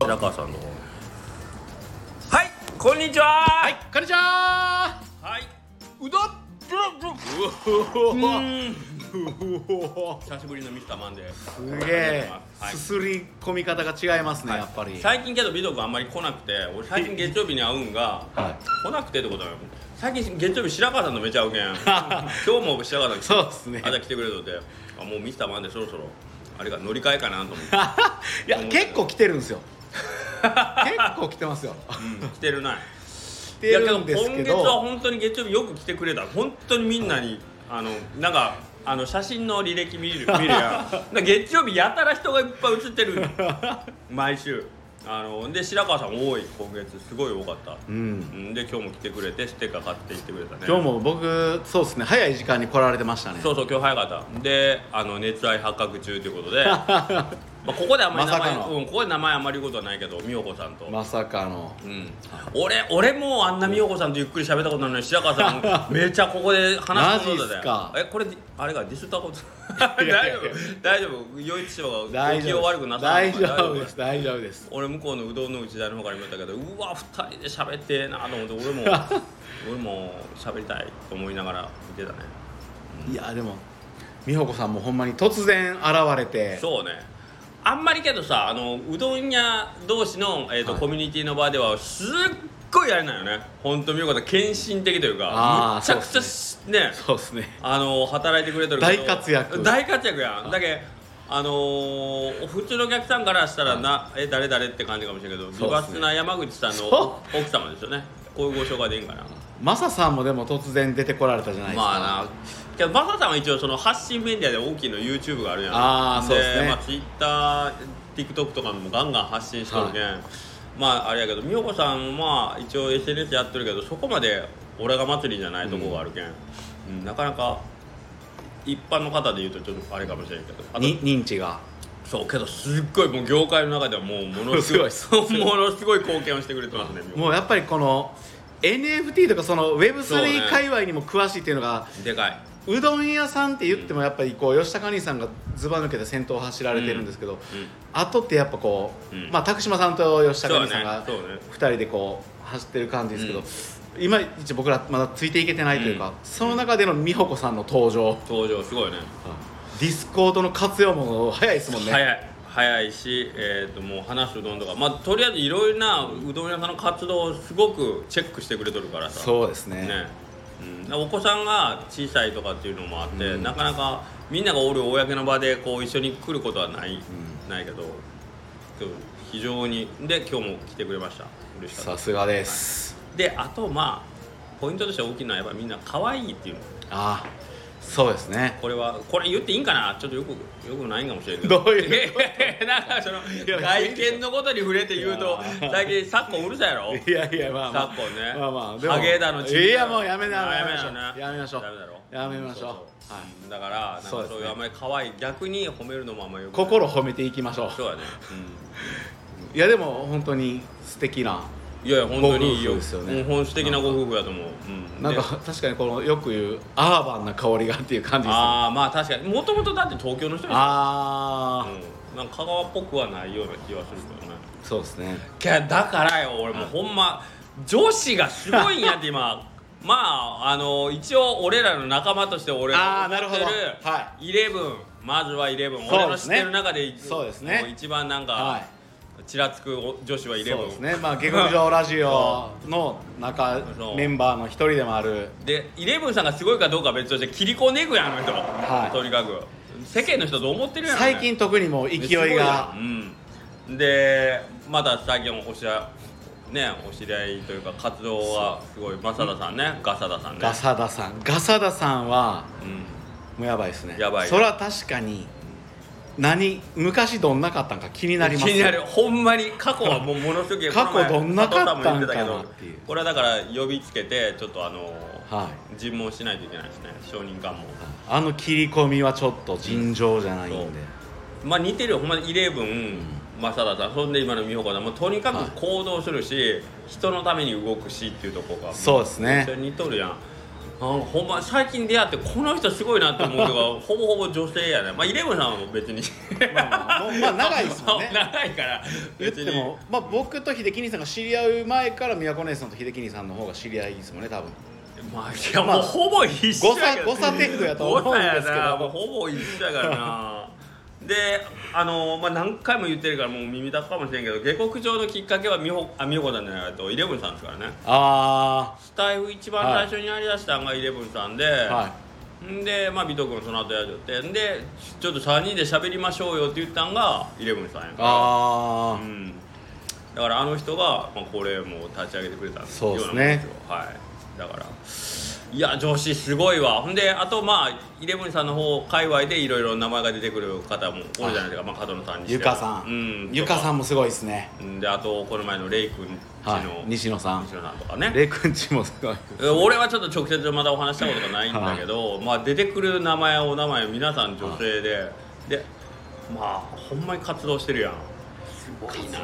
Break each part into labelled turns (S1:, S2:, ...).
S1: 荒川さんの方
S2: はいこんにちは
S1: はいこんにちは
S2: はいう
S1: ど
S2: う
S1: っ
S2: ーん
S1: 久しぶりのミスターマンデー
S3: すげえ、
S1: はい
S3: すすり込み方が違いますね、
S1: はい
S3: やっぱり
S1: 最近けど美徳あんまり来なくて俺最近月曜日に会うんが
S3: は
S1: 来なくてってことだよ最近月曜日白川さんとめちゃうけん今日も白川さん来て
S3: そうっすね
S1: あじゃあ来てくれとってあもうミスターマンデーそろそろあれが乗り換えかなと思って
S3: いや結構来てるん ですよ結構来てますよ
S1: うん来てるない
S3: 来てるんです
S1: いやけど今
S3: け
S1: 月は
S3: ど
S1: 本当に月曜日よく来てくれた本当にみんなにあのなんかあの写真の履歴見る見るやんだ から月曜日やたら人がいっぱい写ってる毎週あので白川さん多い今月すごい多かった、
S3: う
S1: うんん、で今日も来てくれてステッカー買って行ってくれたね
S3: 今日も僕そうですね早い時間に来られてましたね
S1: そうそう今日早かったであの熱愛発覚中ということ でまあここであんまり名前、
S3: まさかの
S1: うん、ここで名前あんまり言うことはないけど美代子さんと、
S3: まさかの
S1: うん、俺俺もあんな美代子さんとゆっくり喋ったことないのに白川さ んめちゃここで話すことだよ
S3: マジっすか
S1: えこれあれがディスったこと
S3: いやい
S1: 大
S3: や
S1: 丈夫 大丈夫余一師匠が
S3: 大
S1: 気
S3: 丈
S1: を
S3: 夫
S1: 悪くなさない
S3: 大丈夫です大丈夫です
S1: 俺向こうのうどんの内田の方から見たけどうわ二人で喋ってえなと思って俺も俺も喋りたいと思いながら見てたね
S3: いやでも美穂子さんもほんまに突然現れて
S1: そうねあんまりけどさあのうどん屋同士の、えーと
S3: はい
S1: コミュニティの場ではすっごいあれなんよね本当見よかった献身的というか
S3: あー
S1: むちゃくちゃしね
S3: そうですね
S1: あの働いてくれてるけど
S3: 大活躍
S1: 大活躍やんだけあのー普通のお客さんからしたらな、え誰誰って感じかもしれないけど
S3: すね
S1: 美スな山口さんの
S3: そ
S1: 奥様ですよねこういうご紹介でいいんかな
S3: マサさんもでも突然出てこられたじゃないですか、
S1: まあなけどマサさんは一応その発信メディアで大きいの YouTube があるやん
S3: あーそうですね
S1: まあ、TwitterTikTok とかもガンガン発信してるけん、まああれやけど美代子さんは一応 SNS やってるけどそこまで俺が祭りじゃないとこがあるけん、うんなかなか一般の方で言うとちょっとあれかもしれんけどあと
S3: に認知が
S1: そうけどすっごいもう業界の中ではもうものす ごい
S3: すごい
S1: ものすごい貢献をしてくれてますね美代
S3: もうやっぱりこの NFT とかその
S1: そうね
S3: Web3 界隈にも詳しいっていうのが
S1: 子でかいう
S3: どん屋さんって言ってもやっぱりこう吉高兄さんがずば抜けて先頭を走られてるんですけど、
S1: うん
S3: あとってやっぱこう、
S1: うん
S3: まあ、拓島さんと吉高兄さんが
S1: そうねそうね
S3: 2人でこう走ってる感じですけど、今一僕らまだついていけてないというか、
S1: うん
S3: その中での美穂子さんの登場
S1: 登場すごいね
S3: ディスコードの活用も早いですもんね、
S1: 早い早いし、えー、ともう話すうどんとか、まあ、とりあえずいろいろなうどん屋さんの活動をすごくチェックしてくれとるからさ
S3: そうですね
S1: ね、うん、お子さんが小さいとかっていうのもあって、
S3: うん
S1: なかなかみんながおる公の場でこう一緒に来ることはない、ないけど今日非常にで今日も来てくれました嬉しかっ
S3: さすがです、
S1: たであとまあポイントとして大きいのはやっぱみんな可愛いっていうの
S3: ああそうですね
S1: これはこれ言っていいんかなちょっとよくよくないんかもしれんけ
S3: どういう
S1: いやいやなんかその
S3: や
S1: 外見のことに触れて言うと
S3: いや
S1: 最近昨今うるさいやろ
S3: いやいやまあまあ
S1: 昨今ね
S3: まあまあでも
S1: ハゲだのチンだの
S3: いやもうやめな
S1: あ
S3: や
S1: やめ
S3: めましょう
S1: なよね
S3: やめましょう
S1: ダメだろ
S3: やめましょう
S1: そそ
S3: はい
S1: だからなんか
S3: そ
S1: そうう
S3: ですね
S1: いうあんまり可愛い逆に褒めるのもあんまりよくない
S3: 心褒めていきましょう
S1: そうやね
S3: いやでも本当に素敵ない
S1: やいや本当にいい
S3: ご
S1: よ
S3: 夫婦ですよね
S1: うん本質的なご夫婦やと思うう
S3: なん
S1: で
S3: か確かにこのよく言うアーバンな香りがっていう感じですね
S1: ああまあ確かにもともとだって東京の人でしょ
S3: あー
S1: うんなんか香川っぽくはないような気はするけどね
S3: そうですね
S1: いやだからよ俺もうほんま女子がすごいんやって今 まああの一応俺らの仲間として俺
S3: あ
S1: が
S3: ーなるほどは
S1: イレブンまずはイレブン俺
S3: そ
S1: の
S3: うで
S1: 知
S3: す
S1: って
S3: ね
S1: る中で
S3: そうですね
S1: もう一番なん
S3: は
S1: かちらつくお女子はいイレブ
S3: そう
S1: ン
S3: ですねまあ下克上 ラジオの中
S1: そう
S3: メンバーの一人でもある
S1: でイレブンさんがすごいかどうかは別としてキリコネグやんあの人、
S3: はい
S1: とにかく世間の人どう思ってるやろ、ね、
S3: 最近特にもう勢
S1: すご
S3: いが
S1: なうん、でまだ最近お知り合いねお知り合いというか活動がすごいマサダさんね、ガサダさんね
S3: ガサダさんガサダさんは
S1: うん
S3: もうやばいですね
S1: やばい
S3: それは確かに何昔どんなかったんか気になります
S1: 気になるほんまに過去はもうものすごく
S3: 過去
S1: この前
S3: どんなかったんか
S1: 佐藤
S3: な
S1: さも言てた
S3: って
S1: け
S3: いう
S1: どこれはだから呼びつけてちょっとあの
S3: はい
S1: 尋問しないといけないですね証人喚問
S3: あの切り込みはちょっと尋常じゃないんで、
S1: うんまあ似てるよほんまにイレブンマサダさんそんで今の美穂子さんもうとにか
S3: はい
S1: く行動するし、人のために動くしっていうところが
S3: そうですね
S1: めっちゃ似とるやんなんかほんま最近出会ってこの人すごいなって思う人 がほぼほぼ女性やねまあイレブンさんは別に
S3: まあまあもうまあ長いですも んね
S1: 長いから
S3: 言っ
S1: 別
S3: て
S1: に
S3: も、まあ、僕と秀樹兄さんが知り合う前から宮古姉さんと秀樹兄さんの方が知り合いですもんね多分
S1: まあいやもうほぼ一緒
S3: 誤
S1: や
S3: 差
S1: けど
S3: 誤差程度やと思
S1: 誤
S3: うん
S1: 差
S3: で
S1: や
S3: すけ
S1: なもう
S3: ど
S1: ほぼ一緒やからなであのまあ何回も言ってるからもう耳たくかもしれんけど下克上のきっかけは美穂あ美穂子さんじゃないとイレブンさんですからね
S3: あ
S1: スタイフ一番最初にやりだしたのがイレブンさんで、
S3: あはい
S1: んでまあ尾藤君その後やるってんでちょっと3人で喋りましょうよって言ったんがイレブンさんやから
S3: あ
S1: う
S3: ー
S1: ん、だからあの人が、まあ、これも立ち上げてくれたん
S3: そうで
S1: ようなも
S3: すね
S1: んですよはいだからいや女子すごいわほんであとまあイレブンさんの方界隈でいろいろ名前が出てくる方も多いじゃないですか、まあ、角野さんにして
S3: ゆ
S1: も
S3: かさ
S1: うんん
S3: ゆかさ
S1: ん
S3: んもすごいですね
S1: であとこの前のレイ君ちの、
S3: はい西野さん
S1: 西野さんとかね
S3: レイくんちもすごい
S1: え俺はちょっと直接まだお話したことがないんだけど、まあ出てくる名前お名前皆さん女性で、でまあほんまに活動してるやんすごいな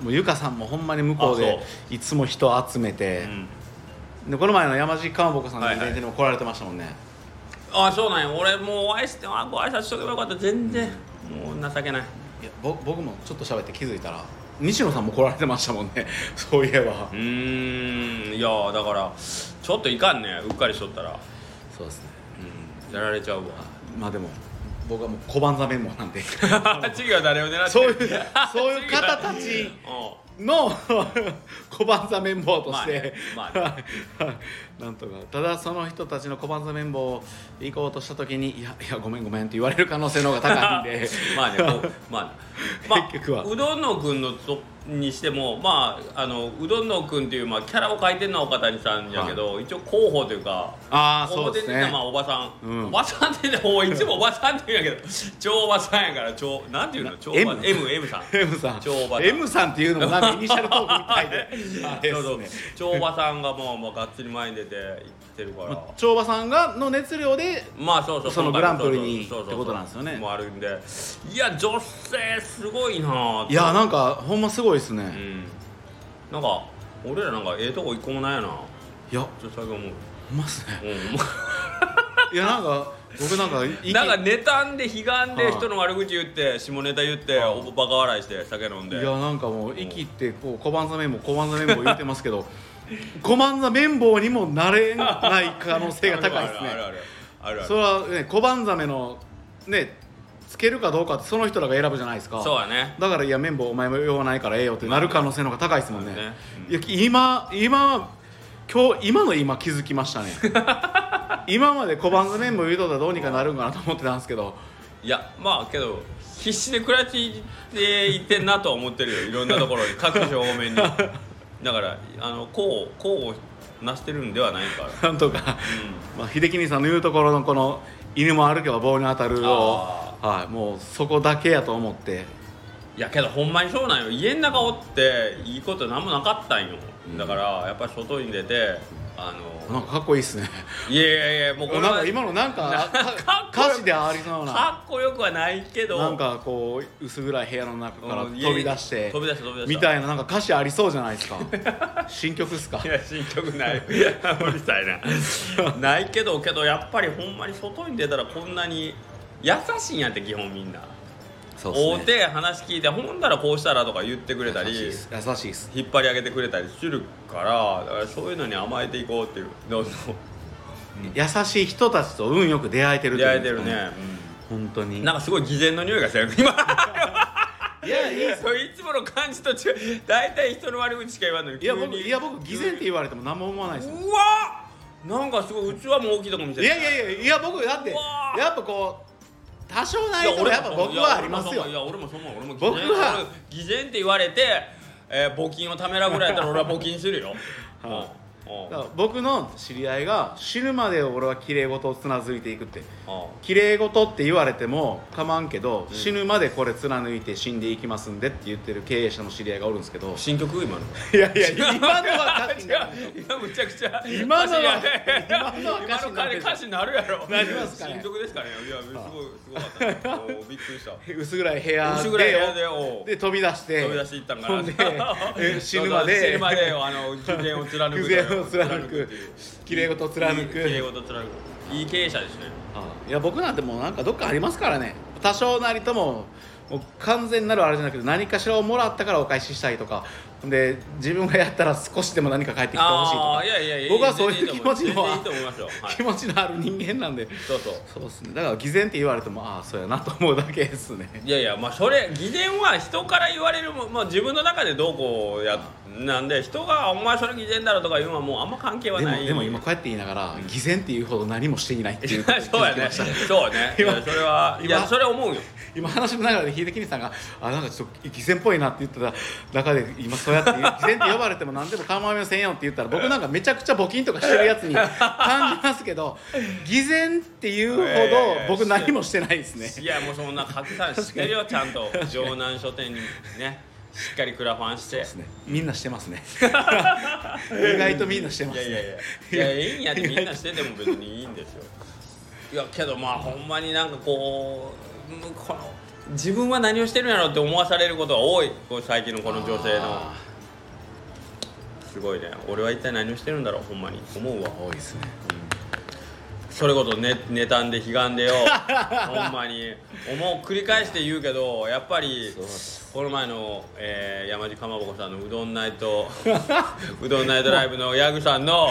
S3: もうゆかさんもほんまに向こうで
S1: あ
S3: いつも人集めて
S1: う、ん、
S3: でこの前の山地かんぼこさんの
S1: はい
S3: イ
S1: はい
S3: ベントにも来られてましたもんね、
S1: あそうなんや俺もうお会いしてあご挨拶しとけばよかった全然もう情けない
S3: いやぼ僕もちょっと喋って気づいたら西野さんも来られてましたもんね そういえば、
S1: うーんいやだからちょっといかんねうっかりしとったら、
S3: そうですね
S1: うん、やられちゃうわ
S3: まあでも僕はもう小判座メモなんで
S1: 次は誰を狙ってる
S3: そういうそういう方たち
S1: うん
S3: の 小判座綿棒として、
S1: まあねまあ
S3: なんとかただその人たちの小判座綿棒行こうとした時に「いやいやごめんごめん」って言われる可能性の方が高いん で
S1: まあね、こうまあね、まあ、
S3: 結局は
S1: うどんのくんのとにしても、まあ、あのうどんのくんっていう、まあ、キャラを書いてるのは岡谷さんやけど、一応候補というか。
S3: ああそう
S1: 表に
S3: です
S1: 出た
S3: ね
S1: まあおばさん、
S3: うん
S1: おばさんって言ってもういつもおばさんって言うんやけど超おばさんやから超なんていうの超おば
S3: M
S1: M, M さん
S3: M さん
S1: 超おばさん
S3: M さんっていうのもなんかイニシャルトークみたいで あれで
S1: そう
S3: す
S1: そう
S3: ね
S1: 超おばさんがもう、まあ、がっつり前に出て行ってるから
S3: 長馬さんがの熱量で
S1: まあそうそう
S3: その
S1: 今回も
S3: グランプリに
S1: そうそうそう
S3: ってことなんですよね
S1: もうあるんでいや女性すごいなぁ
S3: いやなんかほんますごいですね、
S1: うんなんか俺らなんかええとこ一個もないよな
S3: いや
S1: ちょっと最後思う、
S3: ほんまっすね
S1: う
S3: いやなんか僕なんか
S1: ん、
S3: 意
S1: なんか
S3: 見
S1: 妬んで悲願
S3: は
S1: で
S3: い
S1: 人の悪口言って下ネタ言って
S3: はい
S1: おバカ笑いして酒飲ん
S3: い
S1: で
S3: やなんかもう息ってこう小判座綿棒小判座綿棒言ってますけど 小判座綿棒にもなれない可能性が高いですね
S1: あるあるあるあるあるある
S3: それはね小判ザメのねつけるかどうかってその人らが選ぶじゃないですか
S1: そうやね
S3: だからいや綿棒お前も用ないからええよってなる可能性の方が高いですもんね,、
S1: まあね
S3: いや今今今日今の今気づきま したね今まで小判の綿棒言うとったらどうにかなるんかなと思ってたんですけど
S1: いやまあけど必死で暮らしていってんなとは思って るよいろんなところに各所方面にだからあの功を功をなしてるんではないから、
S3: なんとか、まあ、秀樹兄さんの言うところのこの「犬も歩けば棒に当たるを」
S1: あ
S3: はい、もうそこだけやと思って
S1: いやけどほんまにそうなんよ家の中おっていいことなんもなかったんよだからやっぱり外に出てあの
S3: なんかかっこいいっすね
S1: いやいやいやもうこ
S3: な
S1: れ
S3: ん
S1: は
S3: か今のなんか
S1: かっこいい
S3: 歌詞でありそうな
S1: かっこよくはないけど
S3: なんかこう薄暗い部屋の中から
S1: うん
S3: 飛び出して
S1: 飛び出した飛び出した
S3: みたいななんか歌詞ありそうじゃないですか新曲っすか
S1: いや新曲ないうるさいな ないけどけどやっぱりほんまに外に出たらこんなに優しいんやって基本みんな
S3: そう
S1: 会うて話聞いてほんだらこうしたらとか言ってくれた
S3: 優しい
S1: り
S3: っす優しいっす
S1: 引っ張り上げてくれたりするからだからそういうのに甘えていこうっていうどうぞ
S3: 優しい人たちと運よく出会えてると
S1: 出会
S3: い
S1: え
S3: う
S1: てる
S3: んですか
S1: ね、
S3: 本当に
S1: なんかすごい偽善の匂いがする今
S3: いやいや
S1: そういつもの感じと違う大体人の悪口しか言わんのに
S3: いや
S1: 急
S3: 僕
S1: に
S3: いや僕偽善って言われても何も思わないですもん
S1: うわなんかすごい器も大きいとこ見せ
S3: い
S1: て
S3: やいやいやいや僕だって
S1: うわ
S3: やっぱこう多少ないとやっぱ僕はありますよ
S1: いや俺もそう思う俺も
S3: 僕
S1: 偽善
S3: は
S1: 俺偽善って言われて、えー、募金をためらうぐらいやったら俺は募金するよ、うん
S3: は
S1: うん
S3: いだから僕の知り合いが死ぬまで俺は綺麗事をつなずいていくって
S1: うん
S3: 綺麗事って言われても構わんけど、死ぬまでこれ貫いて死んでいきますんでって言ってる経営者の知り合いがおるんですけど
S1: 新曲今の
S3: いや いや今のは歌詞になる
S1: 違う今むちゃくちゃ
S3: 今のは
S1: 今
S3: 今のは
S1: の
S3: 歌詞になる
S1: 歌詞になるやろ
S3: なりますかね
S1: 新曲ですかねいやすごいすごか ったねおびっくりした
S3: 薄暗い部屋
S1: 薄
S3: で
S1: 暗い部屋でおう
S3: で飛び出して
S1: 飛び出していったんか
S3: ほ
S1: なん
S3: でえ死ぬま
S1: そうそう死
S3: で
S1: ぬまであの受験を貫くという
S3: 偶然れを 貫く綺麗事を貫く
S1: 綺麗事を貫くいい経営者ですね
S3: いや僕なんてもうなんかどっかありますからね多少なりとももう完全なるあれじゃなくて何かしらをもらったからお返ししたいとかで自分がやったら少しでも何か返ってきてほしいと
S1: あ
S3: か
S1: あいやいやいや
S3: 僕はそう
S1: 全
S3: いう
S1: 然と
S3: 気
S1: 思
S3: 持ち
S1: 全
S3: の
S1: 然いいと思いますよ、はい
S3: 気持ちのある人間なんで
S1: そうそう
S3: そうですねだから偽善って言われてもああそうやなと思うだけですね
S1: いやいやまあそれ偽善は人から言われるも、まあ、自分の中でどうこうやなんで人が「お前それ偽善だろ」とか言うのはもうあんま関係は
S3: でも
S1: ない
S3: でも今こうやって言いながら偽善っていうほど何もしていないっていうことに 気
S1: そう
S3: づ
S1: や
S3: き
S1: ね
S3: ました
S1: そうねい
S3: 今
S1: やそれはいや
S3: 今
S1: それ思うよ
S3: 今話の中で秀樹さんが「あなんかちょっと偽善っぽいな」って言ってた中で今そうや って偽善って呼ばれても何でも構いませんよって言ったら僕なんかめちゃくちゃ募金とかしてるやつに感じますけど偽善っていう
S1: いやいやいや
S3: ほど僕何もしてないですね
S1: いやもうそんな拡散してるよちゃんと城南書店にねしっかりクラファンして
S3: ですねみんなしてます ね意外とみんなしてま
S1: い
S3: す
S1: や
S3: ね
S1: いやいやいやいいんやってみんなしてても別にいいんですよいやけどまあほんまになんかこううんこの自分は何をしてるんやろって思わされることが多いこう最近のこの女性の
S3: あ
S1: すごいね俺は一体何をしてるんだろうほんまに思うわ
S3: ー多いですね
S1: それこそ、ね、妬んで悲願で よほんまに思う繰り返して言うけどやっぱり
S3: そうで
S1: この前の、えー山地かまぼこさんのうどんナイト うどんナイトライブのヤグさんの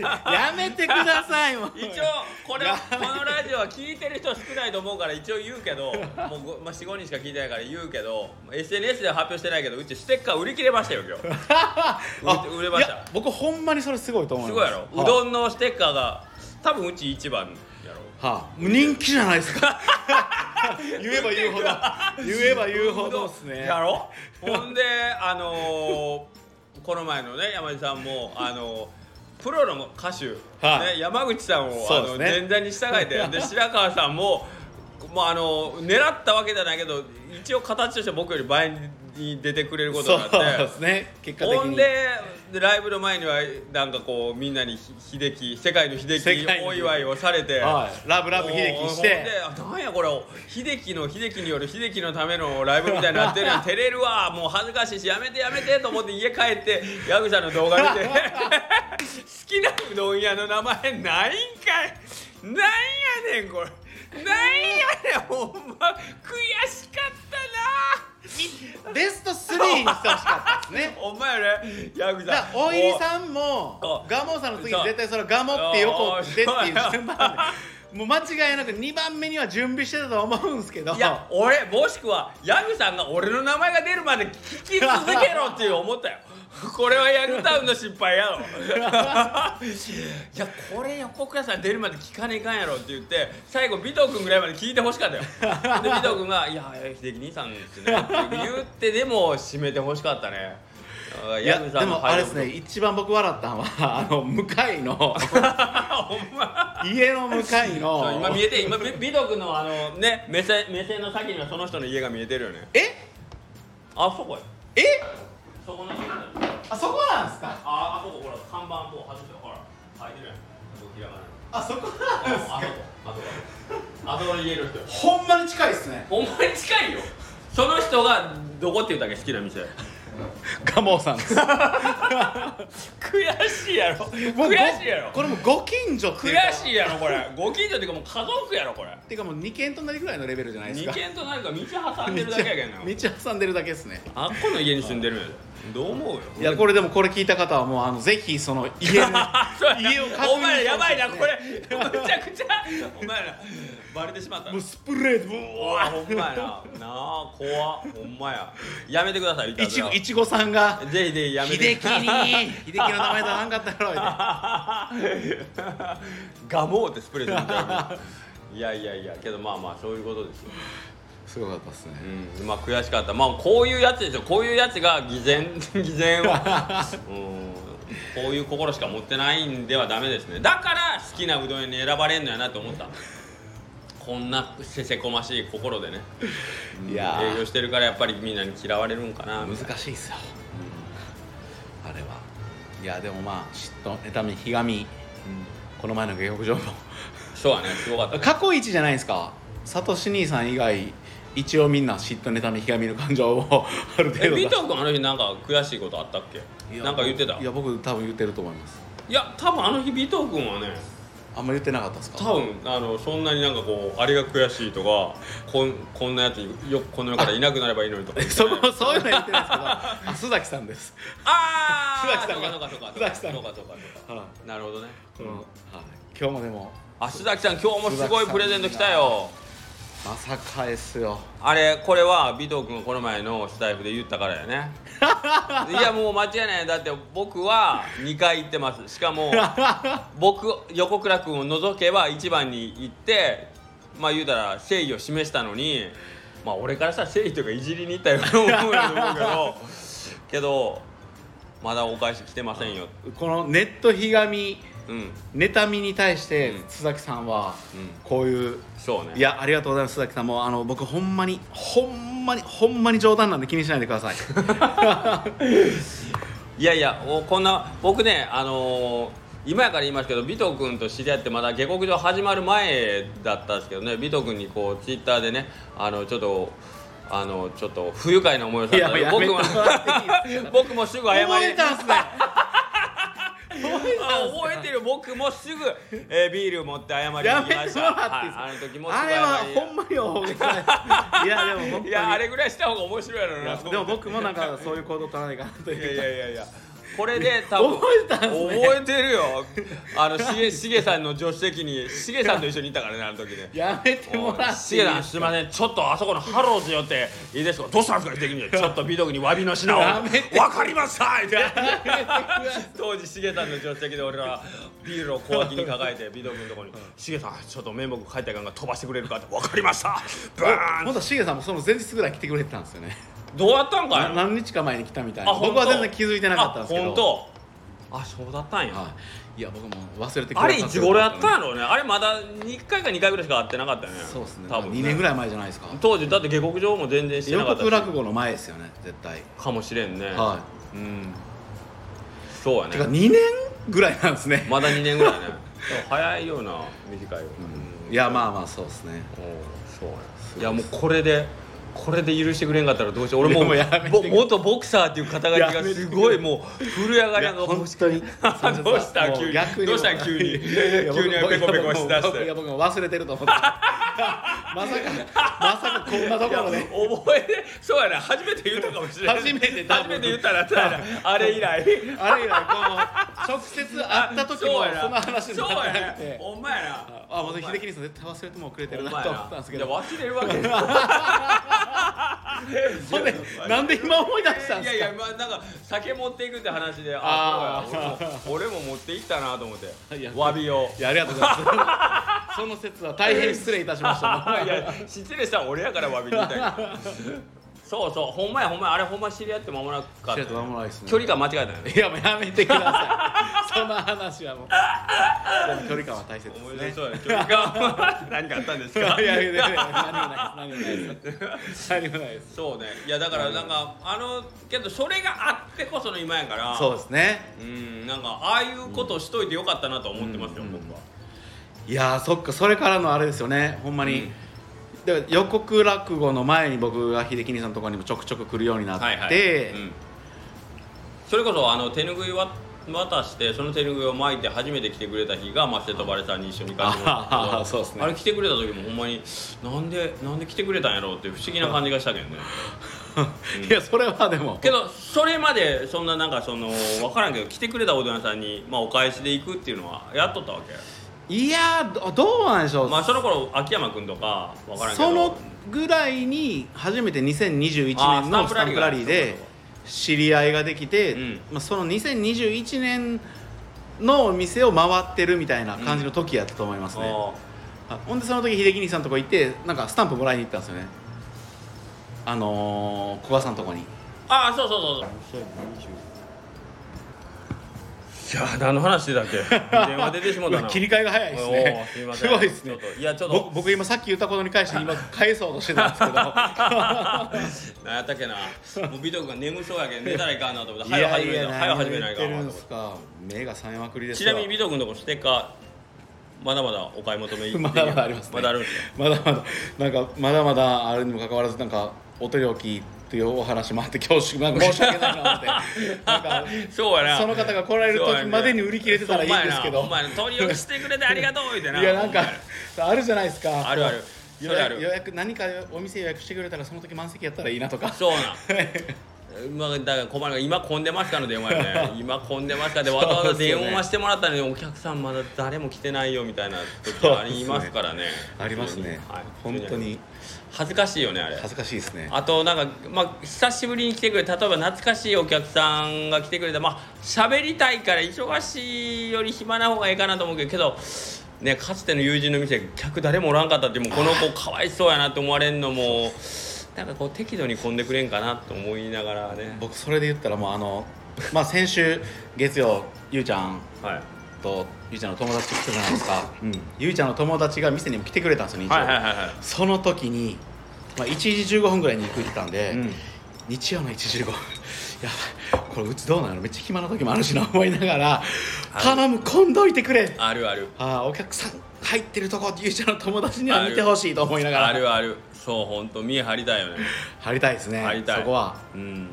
S3: やめてくださいもう
S1: 一応こ れをこのラジオは聞いてる人少ないと思うから一応言うけどもうご、まあ、45人しか聞いてないから言うけど SNS では発表してないけどうちステッカー売り切れましたよ今 日
S3: あ
S1: 売れました
S3: いや僕ほんまにそれすごいと思い
S1: すご
S3: ます
S1: いやろう
S3: は
S1: どんのステッカーが多分うち一番やろ
S3: あ、はあ、人気じゃないですか 言えば言うほど言えば言うほどですね
S1: やろほんであのーこの前のね山地さんもあのープロの歌手、
S3: はい
S1: ね、山口さんを、
S3: そ
S1: あ
S3: うです
S1: の
S3: ね
S1: 前座に従え てで白川さんも、まあ、あの狙ったわけじゃないけど一応形として僕より前に出てくれることになって
S3: そうですね結果的に
S1: ほんででライブの前にはなんかこうみんなにひ秀樹世界の秀
S3: 世
S1: 樹
S3: 界の
S1: お祝いをされて、
S3: はい、ラブラブ秀樹し
S1: おーほん
S3: て
S1: であなんやこれ秀樹の秀樹による秀樹のためのライブみたいになって るやん照れるわもう恥ずかしいしやめてやめてと思って家帰ってヤグさんの動画見て 好きなうどん屋の名前ないんかいなんやねんこれなんやねんほんま悔しかったな
S3: ベスト3にしてほしかっ たですね
S1: お前らヤグ
S3: だか
S1: さん
S3: ら大入りさんも
S1: お
S3: ガモさんの次に
S1: そう
S3: 絶対それガモって横ってっていう
S1: おー
S3: 順番でもう間違いなく2番目には準備してたと思うんですけど
S1: いや俺もしくはヤグさんが俺の名前が出るまで聞き続けろっていう思ったよこれはヤグタウンの失敗や ろいやこれ横倉さん出るまで聞かねえかんやろって言って最後尾藤君ぐらいまで聞いてほしかったよで尾藤君が「いや秀樹兄さんですね」って言ってでも締めてほしかったね
S3: いや
S1: ヤグさ
S3: で
S1: んの
S3: も
S1: 敗
S3: あれ
S1: 北
S3: ですね一番僕笑ったのは あの向かいの
S1: ほんま
S3: 家の向かい
S1: そう
S3: の
S1: 今見えて今び尾藤君のあのね目線目線の先にはその人の家が見えてるよね
S3: え
S1: あそこや
S3: え
S1: そこの家だよ
S3: あそこなんですか
S1: ああそこほら看板もう外してほら書いてるやん僕ひらがな
S3: あそこなんです
S1: あ
S3: か
S1: そこ あそこあそこの家の人
S3: ほんまに近いですね
S1: ほんまに近いよその人がどこって言うだけ好きな店
S3: ガモさん です
S1: 悔しいやろ
S3: もうご
S1: 悔しいやろ
S3: これもうご近所っていうか
S1: 悔しいやろこれご近所っていうかもう家族やろこれ
S3: っていうかもう2軒隣ぐらいのレベルじゃないです
S1: 二
S3: か
S1: 軒となんか道挟んでるだけやけんな
S3: 道挟んでるだけですね
S1: あっこの家に住んでるんやでどう思うよ
S3: いやこれでもこれ聞いた方はもうあのぜひその家 に
S1: そうや
S3: 家を確認してほしいですね
S1: お前らやばいなこ れむちゃくちゃお前らバレてしまったな
S3: もうスプレーでブワ
S1: あほんまやななあ怖っほんまややめてくださいい
S3: ー
S1: た
S3: いち
S1: ずら
S3: ごいちごさんが
S1: ぜひぜひ
S3: 「
S1: やめ
S3: 秀
S1: て
S3: 樹に秀樹の名前出さんかったやろ」言う て
S1: ガモーってスプレーするみたいないやいやいやけどまあまあそういうことですよ、
S3: すごかったですね
S1: うん、まあ悔しかったまあこういうやつですよこういうやつが偽善 偽 善はうんこういう心しか持ってないんではダメですねだから好きなうどん屋に選ばれんのやなと思 ったこんなせせこましい心でね
S3: いやー
S1: 営業してるからやっぱりみんなに嫌われるんかなみたいな
S3: 難しいですよあれはいやでもまあ嫉妬妬みひがみこの前の下克上も
S1: そうだねすごかったね
S3: 過去一じゃないですかサトシ兄さん以外一応みんな嫉妬妬みひがみの感情を ある
S1: え
S3: 程度出
S1: ビ
S3: し
S1: ート君あの日なんか悔しいことあったっけなんか言ってた
S3: い
S1: いや
S3: や僕多分言ってると思います
S1: 多分あの日ビート君はね
S3: あんま言ってなかったですか
S1: 多分あのそんなになんかこうあれが悔しいとかこんこんなやつよこの世からいなくなればいいのに とか
S3: そこそういうの言ってないですけどあ須崎さんです
S1: ああ
S3: 須崎さんが
S1: そうかそうかそう
S3: 須
S1: か
S3: 崎さん
S1: そうかそうかそう
S3: は
S1: かなるほどね
S3: い、はい、今日もでも
S1: あ須崎さん今日もすごいプレゼント来たよ
S3: まさかですよ
S1: あれこれは尾藤君がこの前のスタイフで言ったからや ねいやもう間違いないだって僕は2回行ってますしか も僕横倉君を除けば1番に行ってまあ言うたら誠意を示したのにまあ俺からしたら誠意というかいじりに行ったような思うやと思うけどけどまだお返し来てませんよ
S3: このネットひがみ
S1: うん
S3: 妬みに対して
S1: うん
S3: 須崎さんは
S1: うん
S3: こういう、
S1: そうね
S3: いやありがとうございます須崎さんもうあの僕ほんまにほんまにほんまに冗談なんで気にしないでください
S1: いやいやおこんな僕ねあのー今やから言いますけど尾藤君と知り合ってまだ下克上始まる前だったんですけどね尾藤君にこうツイッターでねあのちょっとあのちょっと不愉快な思いをさ
S3: い
S1: れ
S3: や
S1: た
S3: もう
S1: で
S3: や
S1: 僕
S3: めても
S1: も
S3: らっていいで す
S1: 僕もすぐ謝り
S3: 覚えたんすね
S1: あ覚えてる僕もすぐ、えービール持って謝りに
S3: や
S1: 行
S3: め
S1: き
S3: てもら
S1: ま
S3: っていいで
S1: し
S3: す
S1: たはい、あの時もすぐ謝
S3: あ
S1: り
S3: れはほんまに大げさですいやでも本当に
S1: いやあれぐらいした方が面白いやろ
S3: い
S1: な
S3: や
S1: と思
S3: でも
S1: って
S3: 僕もなんかそういう行動取らないかなという
S1: い
S3: か
S1: やいやいやいやこれで多分
S3: 覚えたんすね
S1: 覚えてるよあのしげしげさんの助手席にしげさんと一緒にいたからねあの時ね
S3: やめてもらって
S1: し
S3: いい
S1: げ
S3: で
S1: さんすいませんちょっとあそこのハローズよっていいですかどうしたんですか秀樹にちょっと美徳に詫びの品を
S3: やめて
S1: わかりましたって
S3: すか
S1: 当時しげさんの助手席で俺らはビールを小脇に抱えて美徳のところに「しげさんちょっと面目書いたいからが飛ばしてくれるか」って「わかりましたバー
S3: 本
S1: ン!
S3: 当しげさんもその前日ぐらい来てくれてたんですよね」
S1: どうやったんか
S3: ない何日か前に来たみたい
S1: あ
S3: な
S1: 本当
S3: 僕は全然気づいてなかったんですけど
S1: あ本当あそうだったんや、
S3: はい、いや僕も忘れて
S1: あれいつ頃やったんや
S3: の
S1: ろうねあれまだ1回か2回ぐらいしか会ってなかったよね
S3: そうですね
S1: 多
S3: 多
S1: 分
S3: 分
S1: ね
S3: 2年ぐらい前じゃないですか
S1: 当時だって下克上も全然してなか
S3: 予
S1: った
S3: 告
S1: し
S3: 落語の前ですよね絶対
S1: かもしれんね
S3: は
S1: うんそうや
S3: いてか
S1: ね
S3: 2年ぐらいなんですね、
S1: まだ2年ぐ らいねでも早いような短いよ
S3: うんいやまあまあそうですね
S1: うんそうやいやもうこれでこれで許してくれんかったらどうしよう俺も
S3: いやもうやめて
S1: ぼ元ボクサーっていう肩書きが
S3: やめて
S1: すごいもう震え上がりながら
S3: 本当に
S1: どうした急にどうした急に急にペコペコしだして
S3: いや僕も忘れてると思って まさかまさかこんなところで
S1: 覚えてそうやな初めて言ったかもしれない
S3: 初めて多分
S1: 初めて言ったらそう やなあれ以来
S3: あれ以来この直接会った時も
S1: そうやな
S3: その話になってなく
S1: そうやね
S3: て
S1: ほんまやな
S3: あもう秀樹兄さん絶対忘れてもうくれてるなと思ったんですけ
S1: いや
S3: ど
S1: 忘れるわけ
S3: ほんでなんで今思い出したん
S1: い
S3: で
S1: やいや
S3: すか
S1: まあなんか酒持っていくって話であ
S3: あ
S1: あ
S3: ー
S1: そうや俺も俺も持っていったなと思って
S3: いや
S1: 詫びを
S3: いやありがとうございます。その説は大変失礼いたしました。
S1: いや失礼したら俺やから詫びに行ったん やそうそうほんまやほんまやあれほんま知り合って間もなかった
S3: ちょっとなんもないですね。
S1: 距離感間違えたよね
S3: いやもうやめてください。そんな話はもう。でも距離感は大切
S1: 思い
S3: で
S1: 出
S3: す
S1: そ
S3: ね。
S1: うや距離 感何かあったんです
S3: い
S1: か
S3: やいやいや何もないです。何もないです。何もないです。
S1: そうねいやだからなんかあのけどそれがあってこその今やから
S3: そうですね。
S1: うんなんかああいうことをしといてよかったなと思ってますよ、
S3: うん
S1: 僕はい
S3: やーそっかそれからのあれですよね。ほんまに。
S1: うん
S3: だから予告落語の前に僕が秀樹兄さんのところにもちょくちょく来るようになって、
S1: はいはい、うんそれこそあの手ぬぐいわ渡してその手ぬぐいを巻いて初めて来てくれた日が、まあ、瀬戸バレさんに一緒に行かせてもらったけど
S3: あーそうですね
S1: あれ来てくれた時もほんまになんでなんで来てくれたんやろうっていう不思議な感じがしたけどね
S3: いやそれはでも
S1: けどそれまでそんななんかその分からんけど来てくれたおどん屋さんに、まあ、お返しで行くっていうのはやっとったわけ
S3: いやーどどうなんでしょう、
S1: まあその頃秋山君とか分からんけど
S3: そのぐらいに初めて2021年
S1: あー
S3: の
S1: ス
S3: ス
S1: タ
S3: タ
S1: ン
S3: ン
S1: プ
S3: プ
S1: ラ
S3: ラ
S1: リ
S3: リ
S1: ー
S3: ー
S1: が
S3: で知り合いができて、
S1: うん
S3: まあ、その2021年のお店を回ってるみたいな感じの時やったと思いますね、
S1: あ
S3: あほんでその時秀樹兄さんのとこ行ってなんかスタンプもらいに行ったんですよねあのー、古賀さんのとこに
S1: ああそうそうそうそういや何の話してたっけ電話出てしもうたな
S3: 切り替えが早いですね
S1: おーすいません
S3: ごいですね
S1: ちょっといやちょっと
S3: 僕僕今さっき言ったことに関して今返そうとしてたんですけど
S1: 何やったっけなもう美徳が眠そうやけん寝たらいかんなと思って
S3: い
S1: 早
S3: や
S1: 始
S3: い
S1: め
S3: や
S1: な早始めない
S3: 何を
S1: か
S3: 言
S1: んわと思
S3: ってるん
S1: っ
S3: ですか目が覚めまくりで
S1: て
S3: す
S1: ち
S3: よ
S1: なみに美徳のとこステッカまだまだお買い求め
S3: ま だまだありますね
S1: まだあるんですよ
S3: まだまだなんかまだまだあるにもかかわらずなんかお手料金というお話もあって恐縮 なんか申し訳ないなと思ってなんか
S1: そうやな
S3: その方が来られる時までに売り切れてたらいいんですけど
S1: お前な取り置きしてくれてありがとうみたいない
S3: やなんかあるじゃないですか
S1: あるある
S3: 予
S1: それあ
S3: 約
S1: る
S3: 予約何かお店予約してくれたらその時満席やったらいいなとか
S1: そうなん。まあ、だから困るが今混んでましたので前ね今混んでましたでわざわざ電話してもらったのにお客さんまだ誰も来てないよみたいな時ありますからね
S3: ありますね
S1: はい、
S3: 本当に
S1: 恥ずかしいよねあれ
S3: 恥ずかしいですね
S1: あとなんか、まあ、久しぶりに来てくれ例えば懐かしいお客さんが来てくれたまあ喋りたいから忙しいより暇な方がいいかなと思うけどけどね、かつての友人の店客誰もおらんかったってもうこの子かわいそうやなって思われるのもなんかこう適度に混んでくれんかなと思いながらね
S3: 僕それで言ったらもうあのまあ先週月曜ゆうちゃん
S1: はい
S3: とゆうちゃんの友達と来たじゃないですか、ゆうちゃんの友達が店にも来てくれたんですよ日曜、
S1: はいはいはいはい
S3: その時に、まあ、1時15分ぐらいに行くって言ったんで、
S1: うん
S3: 日曜の1時15分 やばいこれうちどうなのめっちゃ暇な時もあるしな思いながら頼む混んどいてくれ
S1: あるある
S3: あーお客さん入ってるとこゆうちゃんの友達には見てほしいと思いながら
S1: あるあるそう本当見え張りたいよね
S3: 入りたいですね
S1: 入りたい
S3: そこは
S1: うん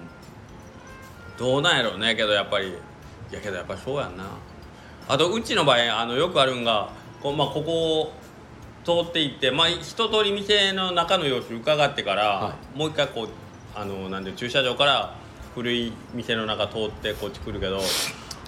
S1: どうなんやろうねけどやっぱりいやけどやっぱりそうやんなあとうちの場合あのよくあるんがこう、まあ、ここを通っていって、まあ、一通り店の中の様子伺ってから、
S3: は
S1: もう一回こうあのなんで駐車場から古い店の中通ってこっち来るけどお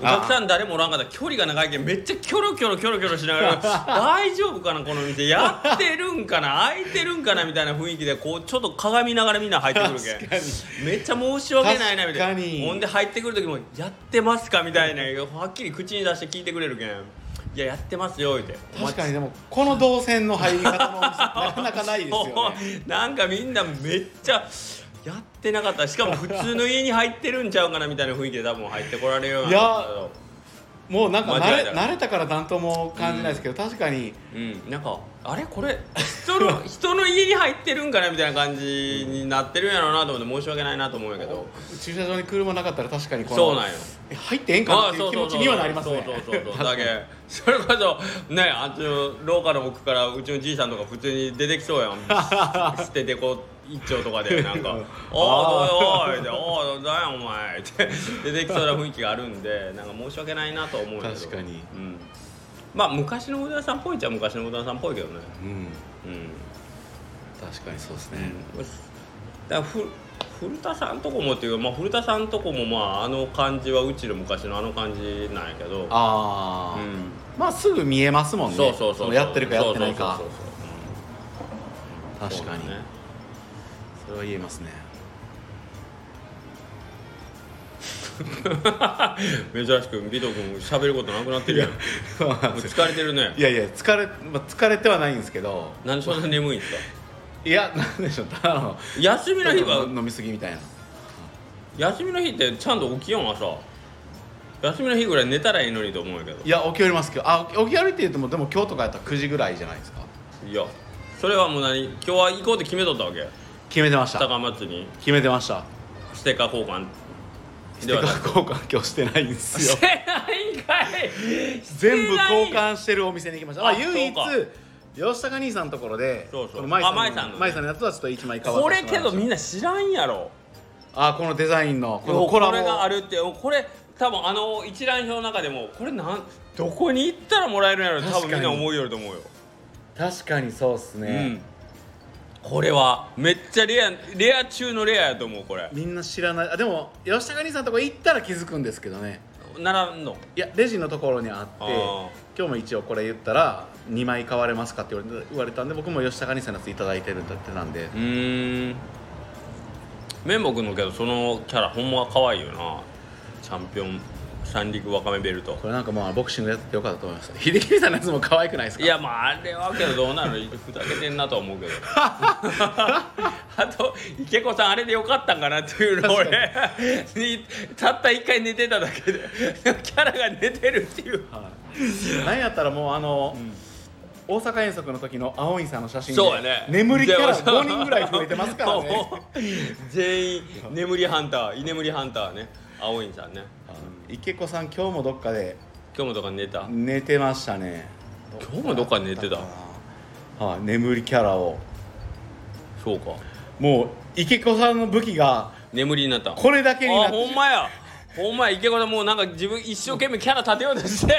S1: 客さん誰もおらんかったら距離が長いけんめっちゃキョロキョロキョロキョロしなが ら大丈夫かなこの店やってるんかな開いてるんかなみたいな雰囲気でこうちょっと鏡見ながらみんな入ってくるけん
S3: 確かに
S1: めっちゃ申し訳ないなみたい
S3: 確かに
S1: なほんで入ってくる時も「やってますか?」みたいなはっきり口に出して聞いてくれるけん「いややってますよ」って
S3: 確かにでもこの動線の入り方のお店なかなかないですよね
S1: なんかみんなめっちゃやってなかったしかも普通の家に入ってるんちゃうかなみたいな雰囲気で多分入ってこられるようになったけど
S3: もうなんか慣
S1: 間違
S3: れ
S1: いない
S3: 慣れたから何とも感じないですけど、確かに
S1: うんなんかあれこれ人の人の家に入ってるんかなみたいな感じになってるんやろうなと思って申し訳ないなと思うんやけど
S3: 駐車場に車なかったら確かにこの
S1: そうなんよ
S3: え入ってええんか
S1: あ
S3: な
S1: あ
S3: っていう気持ちにはなりますね
S1: そうそうそうそうだけそれこそねあっちの廊下の奥からうちのじいさんとか普通に出てきそうやん捨ててこう一丁とかでなんか「おいおいおい」って「おいだよお前」って出てきそうな雰囲気があるんでなんか申し訳ないなと思うんだけど
S3: 確かに
S1: うん、まあ昔のうどん屋さんっぽいっちゃ昔のうどん屋さんっぽいけどね
S3: うん
S1: うん
S3: 確かにそうですね、
S1: だからふ古田さんとこもっていうか、まあ、古田さんとこもまああの感じはうちの昔のあの感じなんやけど
S3: ああ、
S1: うん
S3: まあすぐ見えますもんね
S1: そうそうそう
S3: のやってるかやってないか
S1: そうそうそうそうそう
S3: 確かにそ,、
S1: ね
S3: れは言えますね
S1: 珍しく尾藤君喋ることなくなってるやんもう疲れてるね
S3: いやいや疲れ、まあ、疲れてはないんですけど
S1: なんでそんな眠いんですか
S3: いやなんでしょうただの
S1: 休みの日は
S3: 飲みすぎみたいな
S1: 休みの日ってちゃんと起きよん朝休みの日ぐらい寝たらいいのにと思うんやけど
S3: いや起きよりますけどあ起き起き歩いて言ってもでも今日とかやったら9時ぐらいじゃないですか
S1: いやそれはもう何今日は行こうって決めとったわけ
S3: 決めてました
S1: 高松に
S3: 決めてました
S1: ステッカー交換
S3: ステ
S1: で
S3: ッ
S1: は
S3: カ
S1: な
S3: ー
S1: く
S3: 交換今日してないんですよ
S1: してないんかい
S3: 全部
S1: して
S3: 交
S1: ない
S3: 換してるお店に行きましたあ
S1: あ
S3: 唯一
S1: そう
S3: 吉高兄さんのところで
S1: そうそう
S3: この舞さん
S1: あ舞さんの
S3: の
S1: ね
S3: 舞さんのやつはちょっと一枚買わ
S1: これ
S3: せてもら
S1: け
S3: いま
S1: ど
S3: した
S1: みんな知らんやろ
S3: あこのデザインの
S1: こ
S3: このコラボ
S1: れがあるってこれ多分あの一覧表の中でもこれなんどこに行ったらもらえるんやろ多
S3: 確
S1: 分
S3: か
S1: み
S3: に
S1: んな思いよると思うよ、
S3: 確かにそうっすね、
S1: うんこれはめっちゃレアレア中のレアやと思うこれ
S3: みんな知らないあでも吉高兄さんのとこ行ったら気づくんですけどね
S1: 並んの
S3: いやレジのところにあって
S1: あー
S3: 今日も一応これ言ったら2枚買われますかって言われ言われたんで僕も吉高兄さんのやついただいてるんだってなんで
S1: うーん綿棒くんのけどそのキャラほんま可愛いよなチャンピオン三陸わかめベルト
S3: これなんかまあボクシングやっててよかったと思いました秀樹さんのやつも可愛くないですか
S1: いやまああれはけどどうなるふざけてんなとは 思うけどあと池子さんあれでよかったんかなっていうの俺にたった一回寝てただけでキャラが寝てるっていう
S3: なんやったらもうあの、大阪遠足の時の青いさんの写真で
S1: そうやね
S3: 眠りキャラ
S1: でも
S3: 5人ぐらい増えてますからね
S1: 全員眠りハンター居眠りハンターね青いんさんね
S3: 池子さん今日もどっかで
S1: 今日もとか寝た
S3: 寝てましたね
S1: 今日もどっかで寝てた
S3: はい、眠りキャラを
S1: そうか
S3: もう池子さんの武器が
S1: 眠りになった
S3: これだけにな
S1: あ
S3: っ
S1: ほ
S3: て
S1: んまやほんまや池子さんもうなんか自分一生懸命キャラ立てようとして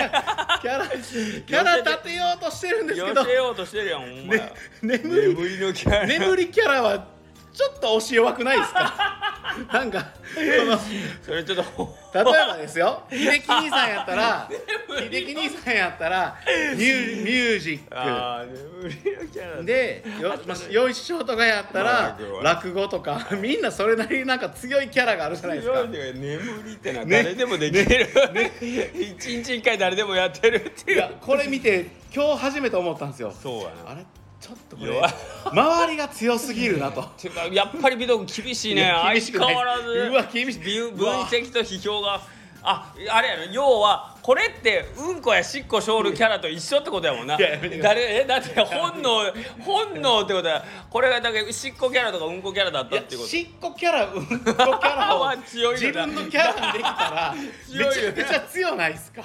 S3: キャラキャラ立てようとしてるんですけ
S1: 寄
S3: ど
S1: せようとしてるやんほんまや、
S3: ね眠り
S1: 眠りのキャラ
S3: 眠りキャラはちょっと押し弱くないですかなんかこ
S1: それ ちょっと
S3: の例えばで すよ秀樹兄さんやったら秀樹兄さんやったらミューミュージッ
S1: ああ眠りのキャラ
S3: クでよまあよいしょとかやったら
S1: まあ
S3: 落語とかみんなそれなりになんか強いキャラがあるじゃないです
S1: 強い
S3: か
S1: ん。だよ眠りってのは
S3: ね
S1: 誰でもできる、 一日一回誰でもやってるって
S3: い
S1: いう
S3: やこれ見て今日初めて思ったんですよ。
S1: そうや
S3: あ
S1: な
S3: れちょっとこれ
S1: 弱い
S3: 周りが強すぎるなと。
S1: てかやっぱり美徳厳しいね
S3: いや厳
S1: 相
S3: しく
S1: 変
S3: ない
S1: わらず
S3: うわ厳しいう
S1: 分
S3: わ
S1: 分析と批評がああれやろ要はこれってうんこやしっこしょるキャラと一緒ってことやもんない
S3: ややめてくださ
S1: 誰えだって本能本能ってことやこれがだけしっこキャラとかうんこキャラだっ
S3: い
S1: た
S3: や
S1: っていうこと
S3: しっこキャラうんこキャラを
S1: は強い
S3: 自
S1: よな
S3: 分のキャラにできたらめ
S1: 強い
S3: ち
S1: よ
S3: ゃ
S1: な
S3: くちゃ強ないですか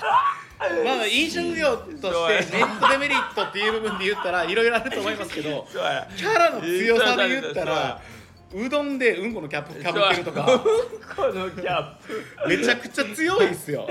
S3: まあ飲食業としてネットデメリットっていう部分で言ったらいろいろあると思いますけど
S1: そうや
S3: キャラの強さで言ったらうどんでうんこのキャップかぶってるとか
S1: そう やうんこのキャップ
S3: めちゃくちゃ強いですよ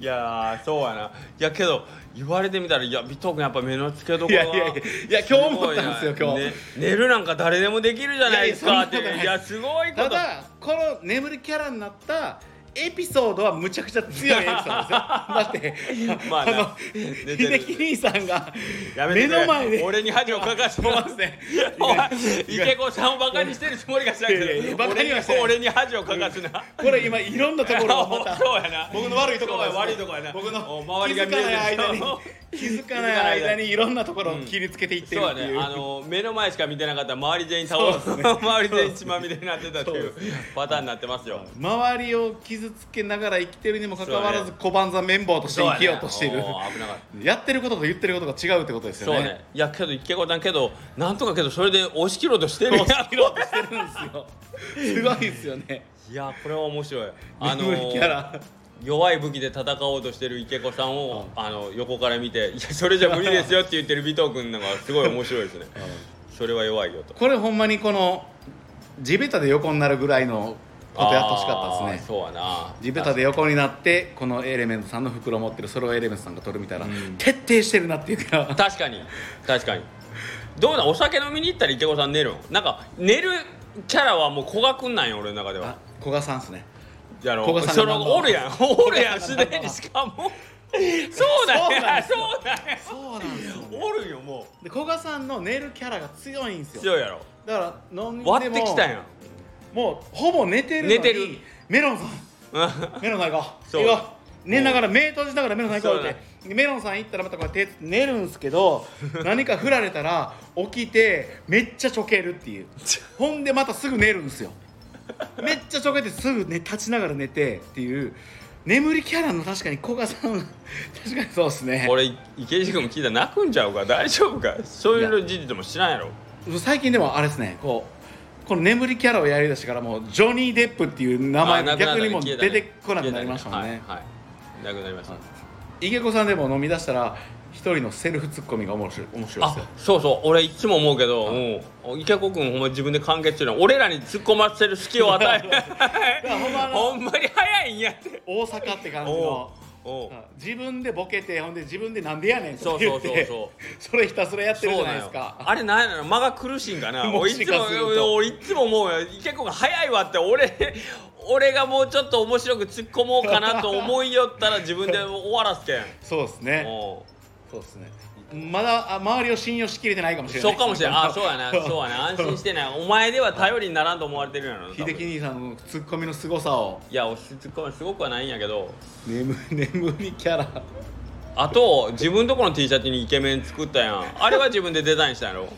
S1: いやーそうやないやけど言われてみたらいや尾藤君やっぱ目の付けどこ
S3: い
S1: ろが
S3: やいやいやいや今日思ったんですよ今日
S1: ね。寝るなんか誰でもできるじゃないです
S3: い
S1: か
S3: や
S1: って
S3: いやそんなことない
S1: いやすごいこ
S3: た
S1: と
S3: だこの眠るキャラになったエピソードはむちゃくちゃ強いエピソードですよだっ て
S1: まあな
S3: あの
S1: 寝てる
S3: 秀樹兄さんが
S1: やめて
S3: 目
S1: くれ
S3: の前で
S1: 俺に恥をかかして
S3: ごめん
S1: ま
S3: な
S1: す
S3: さい
S1: お前池子さんをバカにしてるつもりがしない
S3: いやいやい
S1: け
S3: や
S1: ど
S3: バカにはしてない
S1: 俺に恥をかかすな
S3: これ今いろんなところをまた
S1: そうやな
S3: 僕の悪いところです
S1: そうや悪いとこやな
S3: 僕の
S1: お周りが見えてる
S3: 気づかない間に気づかない間にいろんなところを切りつけていって
S1: そう
S3: るっ
S1: やね
S3: ていう
S1: あの目の前しか見てなかったら周り全員倒す
S3: そうですね
S1: 周り全員血まみれになってたっていうパターンになってますよ
S3: 周りを傷つけながら生きてるにもかかわら
S1: そう
S3: ず
S1: や
S3: 小判座綿棒として生きようとしている
S1: そうやねおー危なかった
S3: やってることと言ってることが違うってことですよ
S1: そう
S3: ね
S1: ねいやけど池子さんけどなんとかけどそれで押し切ろうとしてるやん
S3: 切 ろうとしてるんですよすごいですよね
S1: いやこれは面白いあ
S3: あ
S1: の
S3: のキャラ
S1: 弱い武器で戦おうとしてる池子さんを、あの横から見て「いやそれじゃ無理ですよ」って言ってる尾藤君のがすごい面白いですねそれは弱いよと
S3: これほんまにこの地べたで横になるぐらいのことやってほしかったです
S1: あー
S3: ね
S1: そうやな
S3: 地べたで横になってこのエレメントさんの袋を持ってるそれをエレメントさんが取るみたいな、徹底してるなっていうか
S1: 確かに確かにどうなんお酒飲みに行ったら池子さん寝るんなんか寝るキャラはもう古賀君なんよ俺の中では
S3: あ古賀さんですね
S1: やろ
S3: 古賀さん
S1: そ
S3: がナンバー
S1: の
S3: ワン
S1: おる やんおるやんすでにしかもそうだ
S3: そうなん
S1: よ
S3: ですよ
S1: そうだよ
S3: そうなんですよ
S1: おるよも
S3: で古賀さんの寝るキャラが強いんです
S1: う
S3: よ
S1: 強いやろ
S3: だから飲んでも
S1: 割ってきたやん
S3: もうほぼ寝てるのに
S1: 寝てる
S3: メロンさんメロンさん行こう
S1: そう
S3: 行こう寝ながら目閉じながらメロンさん行こ
S1: そ
S3: う
S1: う
S3: っ
S1: だ
S3: てでメロンさん行ったらまたこうやって寝るんす けど何か振られたら起きてめっちゃちょけるっていうほんでまたすぐ寝るんですよめっちゃちょけてすぐ、ね、立ちながら寝てっていう眠りキャラの確かに古賀さん 確かにそうですね
S1: 俺池地君も聞いたら泣くんちゃうか大丈夫かそういうの事実も知らんやろ
S3: 最近でもあれですねこうこの眠りキャラをやりだしてからもうジョニー・デップっていう名前
S1: あ
S3: が
S1: なくなっ
S3: 逆
S1: た
S3: にもう
S1: 消
S3: 出
S1: えたね
S3: てこなくなりましたもんね
S1: はいはいなくなりました
S3: 池子さんでも飲み出したら一人のセルフツッコミが面白い面白いですよ
S1: あそうそう俺いつも思うけどもう池子君ほんま自分で完結してるの俺らに突っ込ませる隙を 与える
S3: ほんまの
S1: ほんまに早いんやって
S3: 大阪って感じ
S1: おう
S3: の
S1: おう
S3: 自分でボケてほんで自分でなんでやねん
S1: そ
S3: と
S1: う
S3: か
S1: そ
S3: 言
S1: う
S3: っ
S1: そう
S3: て
S1: そ
S3: それひたすらやってるじ
S1: そう
S3: ゃな
S1: ないん
S3: です
S1: よ
S3: か
S1: あれなんやろ間が苦しいんかな
S3: も
S1: 俺い
S3: し
S1: つ
S3: か
S1: も
S3: すると
S1: 俺いつも思うよ結構早いわって俺 俺がもうちょっと面白く突っ込もうかなと思いよったら自分で終わら すけん
S3: そうですね
S1: お
S3: そうですねまだあ周りを信用しきれてないかもし
S1: う
S3: れない
S1: そうかもしれんあそうやなそうやな安心してないお前では頼りにならんと思われてるやろな多
S3: 秀
S1: 分
S3: 樹兄さんのツッコミの凄さを
S1: いや押し突っ込むすごくはないんやけど
S3: 眠 眠りキャラ
S1: あと自分とこの T シャツにイケメン作ったやんあれは自分でデザインしたんやろ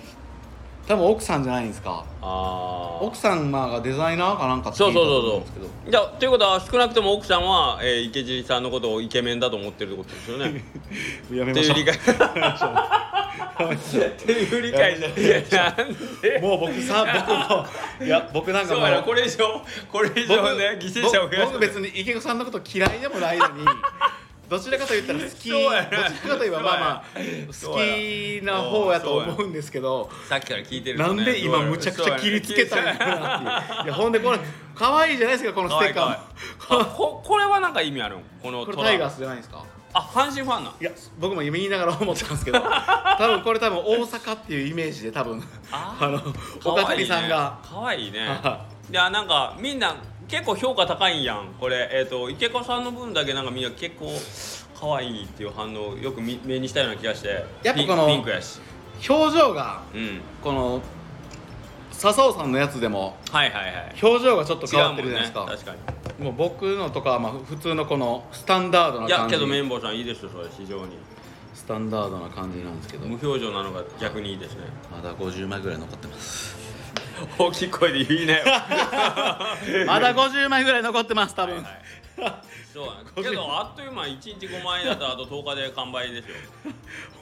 S3: 多分奥さんじゃないんですか
S1: ああ
S3: 奥さんまあがデザイナーかなんかって
S1: そうそう
S3: 聞いたと思
S1: そ
S3: ん
S1: う
S3: ですけど
S1: そうじゃあということは少なくとも奥さんは、えー池尻さんのことをイケメンだと思ってるってことですよね
S3: やめ
S1: って
S3: まし
S1: い
S3: ょ
S1: う理解っていう理 解じゃなんで
S3: う もう僕さ僕もいや僕なんか
S1: そう
S3: も
S1: やなこれ以上これ以上ね犠牲者を増やす
S3: 僕僕別に池子さんのこと嫌いでもないのにどちらかと言ったら好きど
S1: そう
S3: ち
S1: や
S3: ら
S1: な
S3: かといえばまあまあ好きな方やと思うんですけど
S1: さっきから聞いてる
S3: な
S1: とね
S3: んで今むちゃくちゃ切りつけたんやろなっていういやほんでこれ可愛いじゃないですかこのステッカ
S1: そうやね
S3: ー
S1: あこ これはなんか意味あるんこの
S3: こ
S1: ト
S3: れ
S1: ラ
S3: タイガースじゃないですか
S1: あ阪神ファンなん
S3: いや僕も今言いながら思った んですけど多分これ多分大阪っていうイメージで多分
S1: あ
S3: あの岡
S1: い
S3: 谷
S1: ね
S3: さんが
S1: 可愛いね
S3: はい
S1: やなんかみんな結構評価高いんやんこれえっ、と池子さんの分だけなんかみんな結構可愛いっていう反応よくみ目にしたような気がして
S3: やっぱ
S1: ピン
S3: この
S1: ピンクやし
S3: 表情が
S1: うん
S3: この笹生さんのやつでも
S1: はいはいはい
S3: 表情がちょっと変
S1: 違う
S3: わっ
S1: も
S3: て
S1: ん
S3: るじゃない
S1: ね
S3: ですか
S1: 確かに
S3: もう僕のとかはまあ普通のこのスタンダードない
S1: や
S3: 感じ
S1: けど綿棒さんいいですよそれ非常に
S3: スタンダードな感じなんですけど
S1: 無表情なのが逆にいいですね
S3: まだ50枚ぐらい残っ てます
S1: 大きい声で言い なよ
S3: まだ50枚ぐらい残ってます多分、
S1: はいはいそうやけどあっという間1日5万円だったらあと10日で完売ですよ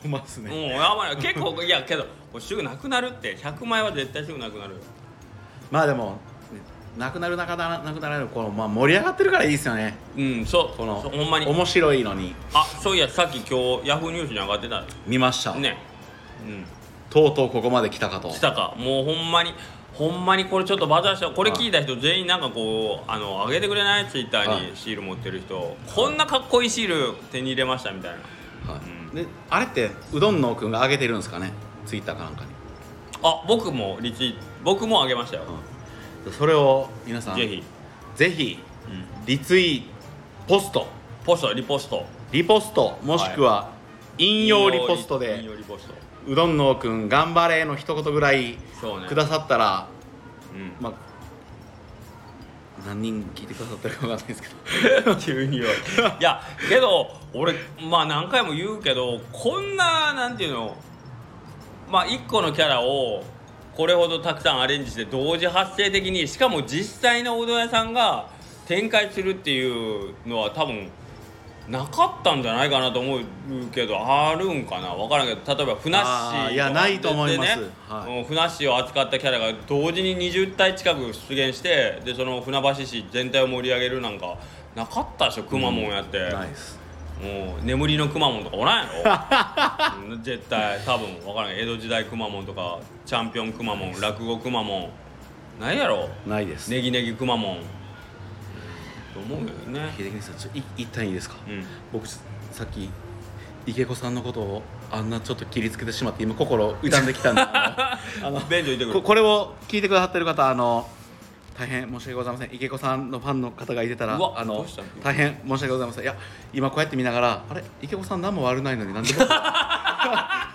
S3: ほんまっすね、
S1: もうやばい結構いやけどこれすぐなくなるって100枚は絶対すぐなくなる
S3: まあでもなくなるなくならなくならないこの、まあ、盛り上がってるからいいですよね
S1: うんそう
S3: この
S1: そうほんまに
S3: 面白いのに
S1: あそういやさっき今日ヤフーニュースに上がってた
S3: 見ました、
S1: ねうん
S3: とうとうここまで来たかと
S1: 来たかもうほんまにほんまにこれちょっとバズらしたこれ聞いた人全員なんかこうあの上げてくれないツイッター
S3: は
S1: にシール持ってる人こんなかっこいいシール手に入れましたみたいな
S3: はい
S1: うん
S3: であれってうどんのくんが上げてるんですかねツイッターかなんかに、
S1: あ僕もリツイ僕も上げましたよ
S3: うんそれを皆さん
S1: ぜひ
S3: ぜひ
S1: うん
S3: リツイポスト
S1: ポストリポスト
S3: リポストもしくは引用リポスト
S1: 引
S3: で
S1: 用リポスト
S3: うどんのくん頑張れの一言ぐらい
S1: そうね
S3: くださったら、
S1: うん
S3: まあ何人聞いてくださってるかわかんないですけど
S1: 急によいやけど俺まあ何回も言うけどこんななんていうのまあ1個のキャラをこれほどたくさんアレンジして同時発生的にしかも実際のおうどん屋さんが展開するっていうのは多分なかったんじゃないかなと思うけどあるんかな分からんけど例えばふなっし
S3: あ
S1: ー
S3: ーいや
S1: とか
S3: ないと思います
S1: でね
S3: はい
S1: うんふなっしーを扱ったキャラが同時に20体近く出現してでその船橋市全体を盛り上げるなんかなかったでしょくまモンやって、
S3: ナイス
S1: もう眠りのくまモンとかおらんやろうん絶対多分分からん江戸時代くまモンとかチャンピオンくまモン落語くまモンないやろ
S3: ないです、ね、
S1: ネギネギくまモンと思うけどね
S3: 秀樹さんちょっとい一旦いいですか、
S1: うん
S3: 僕さっき池子さんのことをあんなちょっと切りつけてしまって今心痛んできたんであのあの
S1: 便所行ってく
S3: こ
S1: る
S3: これを聞いてくださってる方あの大変申し訳ございません池子さんのファンの方がいてたら
S1: うわ
S3: あ
S1: ど
S3: の
S1: うしたの
S3: 大変申し訳ございませんいや今こうやって見ながらあれ池子さん何も悪ないのになんで僕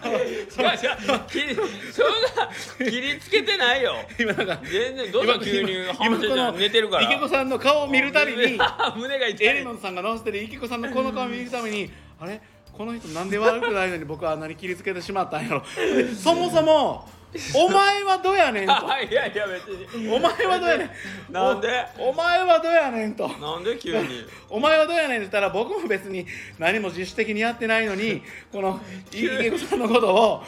S1: 違う違う切りそんな切りつけてないよ
S3: 今なんか
S1: 全然どうぞ急に半分じゃ寝てるから
S3: 池子さんの顔を見るたび に
S1: 胸が痛
S3: エレ
S1: い
S3: ノンさんが直してる池子さんのこの顔を見るためにあれこの人なんで悪くないのに僕はあんなに切りつけてしまったんやろでそもそもお前はどうやねんと
S1: あいやいや別に
S3: お前はどうやねん
S1: なんで
S3: おお前はどうやねんと
S1: なんで急 に
S3: お前はどうやねんって言ったら僕も別に何も自主的にやってないの にこの池子さんのことを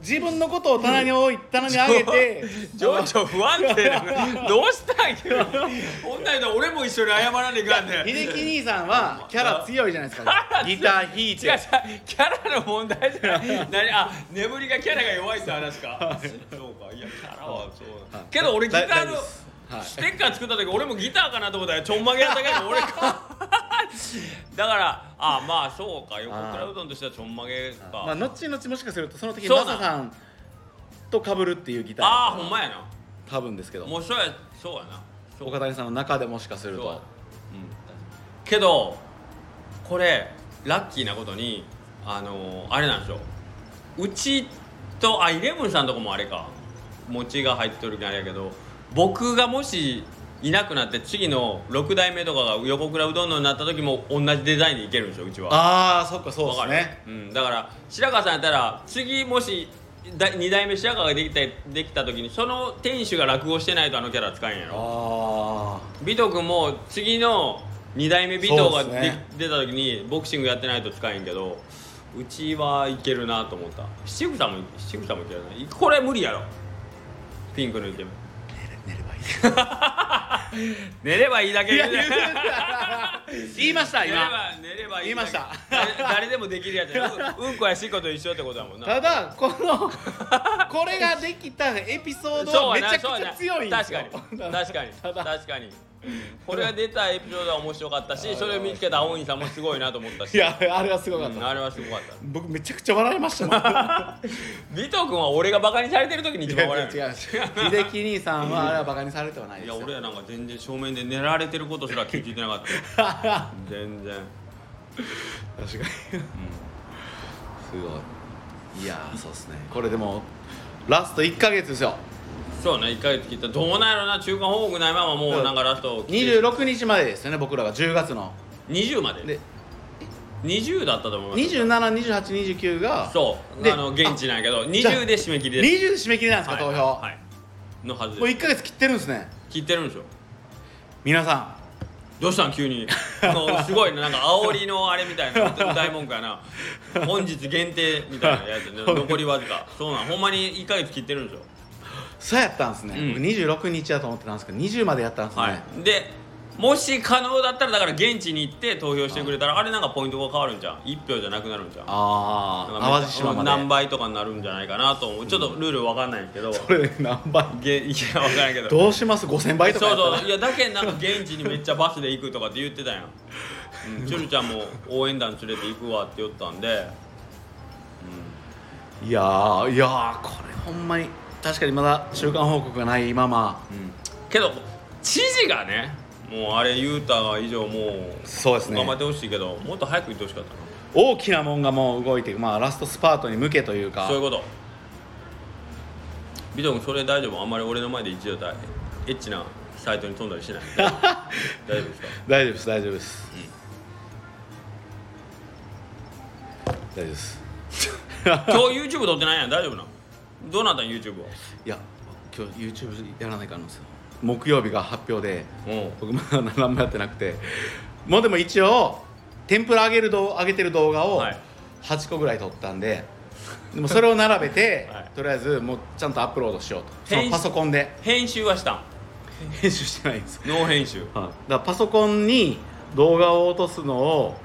S3: 自分のことを棚に置い棚に上げて
S1: 情緒不安定 などうしたん急に女の俺も一緒に謝らねえかんねん違う違う
S3: 秀樹兄さんはキャラ強いじゃないですかギター弾いて
S1: キャラの問題じゃない何あ眠りがキャラが弱いって話かそうかいやキャラはそう
S3: はい
S1: けど俺ギタ
S3: だ
S1: ー
S3: 大丈夫
S1: の
S3: ですはい
S1: ステッカー作った時俺もギターかなと思ったらちょんまげやったけど俺か だからあまあそうか横倉うどんとしてはちょんまげか
S3: まあ後々もしかするとその時に
S1: そうな
S3: マ
S1: ん
S3: サさんと被るっていうギター
S1: ああほんまやな
S3: 多分ですけど
S1: もうそうやそうやなそう
S3: 岡谷さんの中でもしかする
S1: そうやう
S3: と
S1: んけどこれラッキーなことにあのーあれなんですようちとあイレブンさんとこもあれか餅が入ってるけんあれやけど僕がもしいなくなって次の6代目とかが横倉うどんのになった時も同じデザインでいけるんですようちは
S3: ああそっかそうで
S1: わか
S3: す
S1: る
S3: ね
S1: うん、だから白川さんやったら次もし2代目白川ができたできた時にその店主が落語してないとあのキャラ使えんやろ
S3: あ
S1: ビト君も次の2代目ビトが
S3: そ
S1: で、
S3: うっすね
S1: 出た時にボクシングやってないと使えんけどうちはいけるなと思った七草も七草もいけるなこれ無理やろピンクのイケメン
S3: あ寝ればいい
S2: 寝ればいいだけ
S3: い
S2: み
S3: や
S2: たいな
S3: 言う言いました
S2: 寝れ
S3: 今
S2: ば寝ればいいだけ
S3: 言いました
S2: 誰誰でもできるやつや うんうんこやしっこと一緒ってことだもんな
S3: ただこの これができたエピソード
S2: そう
S3: はめ
S2: やな
S3: ちゃくちゃ強いんですよ
S2: そうやな確かに確かに
S3: ただ
S2: 確かにこれが出たエピソードは面白かったしそれを見つけた青鬼さんもすごいなと思ったし
S3: いやあれはすごかっ
S2: うん
S3: た
S2: あれはすごか った
S3: 僕めちゃくちゃ笑いましたもん
S2: 尾藤君は俺がバカにされてる時に一
S3: い
S2: 番
S3: や
S2: 笑
S3: 違う
S2: うよ
S3: 違う秀樹兄さんはあれはバカにされてはないで
S1: い
S3: す
S1: や
S3: よ
S1: 俺らなんか全然正面で狙われてることすら気づいてなかった全然
S3: 確かに、すごいいやーそうですねこれでもラスト1か月ですよ
S1: そうね1ヶ月切ったらどうなんやろな中間報告ないままもうなんかラスト来て
S3: 26日までですよね僕らが10月の
S1: 20まで
S3: で
S1: 20だったと思います
S3: 272829が
S1: そう
S3: で
S1: あの現地なんやけど
S3: じゃあ
S1: 20で締め切りです
S3: 20で締め切りなんですか、
S1: はい
S3: 投票、
S1: はいのはず
S3: もう
S1: で
S3: 1か月切ってるんですね
S1: 切ってるんですよ
S3: 皆さ
S1: どうしたん急にあのすごいねなんか煽りのあれみたいな歌い文句やな本日限定みたいなやつ ね残りわずかそうなんほんまに1ヶ月切ってるんですよ
S3: んそうやったんですね、
S1: うん
S3: 僕26日だと思ってたんですけど20までやったんですね、
S1: はい、でもし可能だったらだから現地に行って投票してくれたらあれなんかポイントが変わるんじゃん1票じゃなくなるんじゃん
S3: あ
S1: なんか
S3: あ
S1: めっ
S3: 淡
S1: ちゃ
S3: 路島まで
S1: 何倍とかになるんじゃないかなと思うちょっとルールわかんないけ ど、
S3: これ何倍
S1: げいやわかんないけど
S3: どうします5000倍とか
S1: そう
S3: やったら
S1: そういやだけどなんか現地にめっちゃバスで行くとかって言ってたやん、うん、チュルちゃんも応援団連れて行くわって言ったんで
S3: いやーいやーこれほんまに確かにまだ中間報告がないまま、
S1: けど知事がねもうあれ言うた以上もう
S3: そうですね
S1: 頑張ってほしいけどもっと早く行ってほしかったな
S3: 大きなもんがもう動いてまあ、ラストスパートに向けというか
S1: そういうことビト君それ大丈夫あんまり俺の前で一応だエッチなサイトに飛んだりしない 大丈夫大丈夫ですか
S3: 大丈夫です大丈夫です、大丈夫です
S1: 今日 YouTube 撮ってないやん大丈夫なのどうなったん YouTube はい
S3: や今日 YouTube やらないからなんですよ木曜日が発表で
S1: うん
S3: 僕まだ何もやってなくてもうでも一応天ぷら揚げる動揚げてる動画を
S1: はい
S3: 8個ぐらい撮ったんで、でもそれを並べて、
S1: はい
S3: とりあえずもうちゃんとアップロードしようとそ
S1: 編
S3: の
S1: 集
S3: パソコンで
S1: 編集はしたん
S3: 編集してないん ですよ、
S1: ノー編集
S3: だからパソコンに動画を落とすのを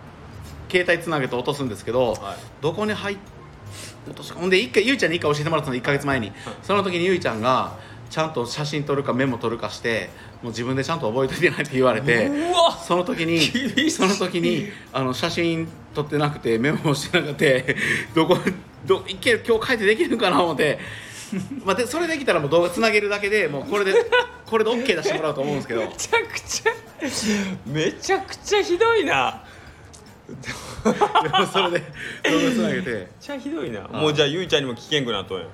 S3: 携帯つなげて落とすんですけど、
S1: はい
S3: どこに入っ落としほんで一回ゆいちゃんに一回教えてもらったの1か月前に、その時にゆいちゃんがちゃんと写真撮るかメモ撮るかしてもう自分でちゃんと覚えといてないって言われ て
S1: うわ
S3: その時
S1: 厳し
S3: に
S1: い
S3: その時にあの写真撮ってなくてメモもしてなくて どこどいける今日書いてできるかな思って。まあ、でそれできたらもう動画つなげるだけでもう これでこれで OK 出してもらおうと思うんですけど
S2: めちゃくちゃめちゃくちゃひどいな
S3: それで動画つなげて
S2: めちゃひどいな
S1: もうじゃあゆいちゃんにも危険くなっとんや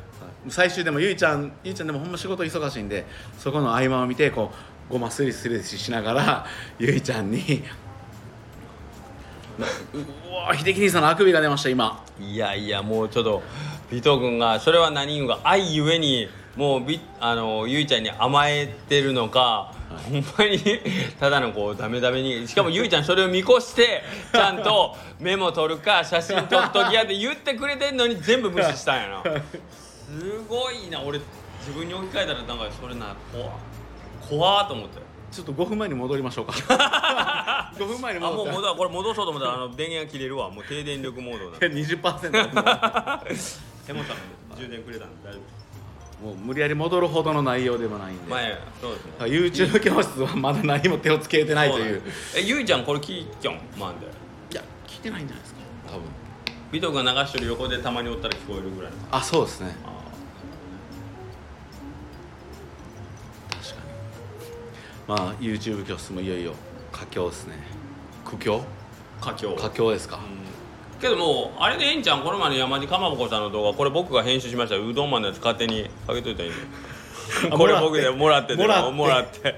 S3: 最終でもゆいちゃんゆいちゃんでもほんま仕事忙しいんでそこの合間を見てこうごまスリスリしながらゆいちゃんに 「ううわ秀樹兄さんのあくびが出ました今
S1: いやいやもうちょっと尾藤君がそれは何言うか愛ゆえにもうびあのゆいちゃんに甘えてるのか、ほんまにただのこうダメダメにしかもゆいちゃんそれを見越してちゃんとメモ取るか写真撮っときやって言ってくれてんのに全部無視したんやなすごいな俺自分に置き換えたらなんかそれな怖っ怖っと思って」
S3: ちょっと5分前に戻りましょうか 5分前に
S1: あもう
S3: 戻って
S1: 戻これ戻そうと思ったらあの電源が切れるわもう低電力モードだ
S3: 20%
S1: 手元さん充電くれたんで大丈夫です
S3: もう無理やり戻るほどの内容でもないんで、
S1: 前そうですね
S3: YouTube 教室はまだ何も手をつけてないという
S1: えゆいちゃんこれ聞いちゃんマンで
S3: いや聞いてないんじゃないですか多分
S1: ビトが流してる横でたまにおったら聞こえるぐらいの
S3: あそうですね確かにまあ YouTube 教室もいよいよ佳境ですね苦境
S1: 佳境
S3: 佳境ですか、
S1: けどもうあれでええんちゃんこの前の山地かまぼこさんの動画これ僕が編集しましたうどんマンのやつ勝手にかけといたらいいの
S3: あ
S1: これ
S3: もらって
S1: 僕でもらってて
S3: もらって
S1: もらって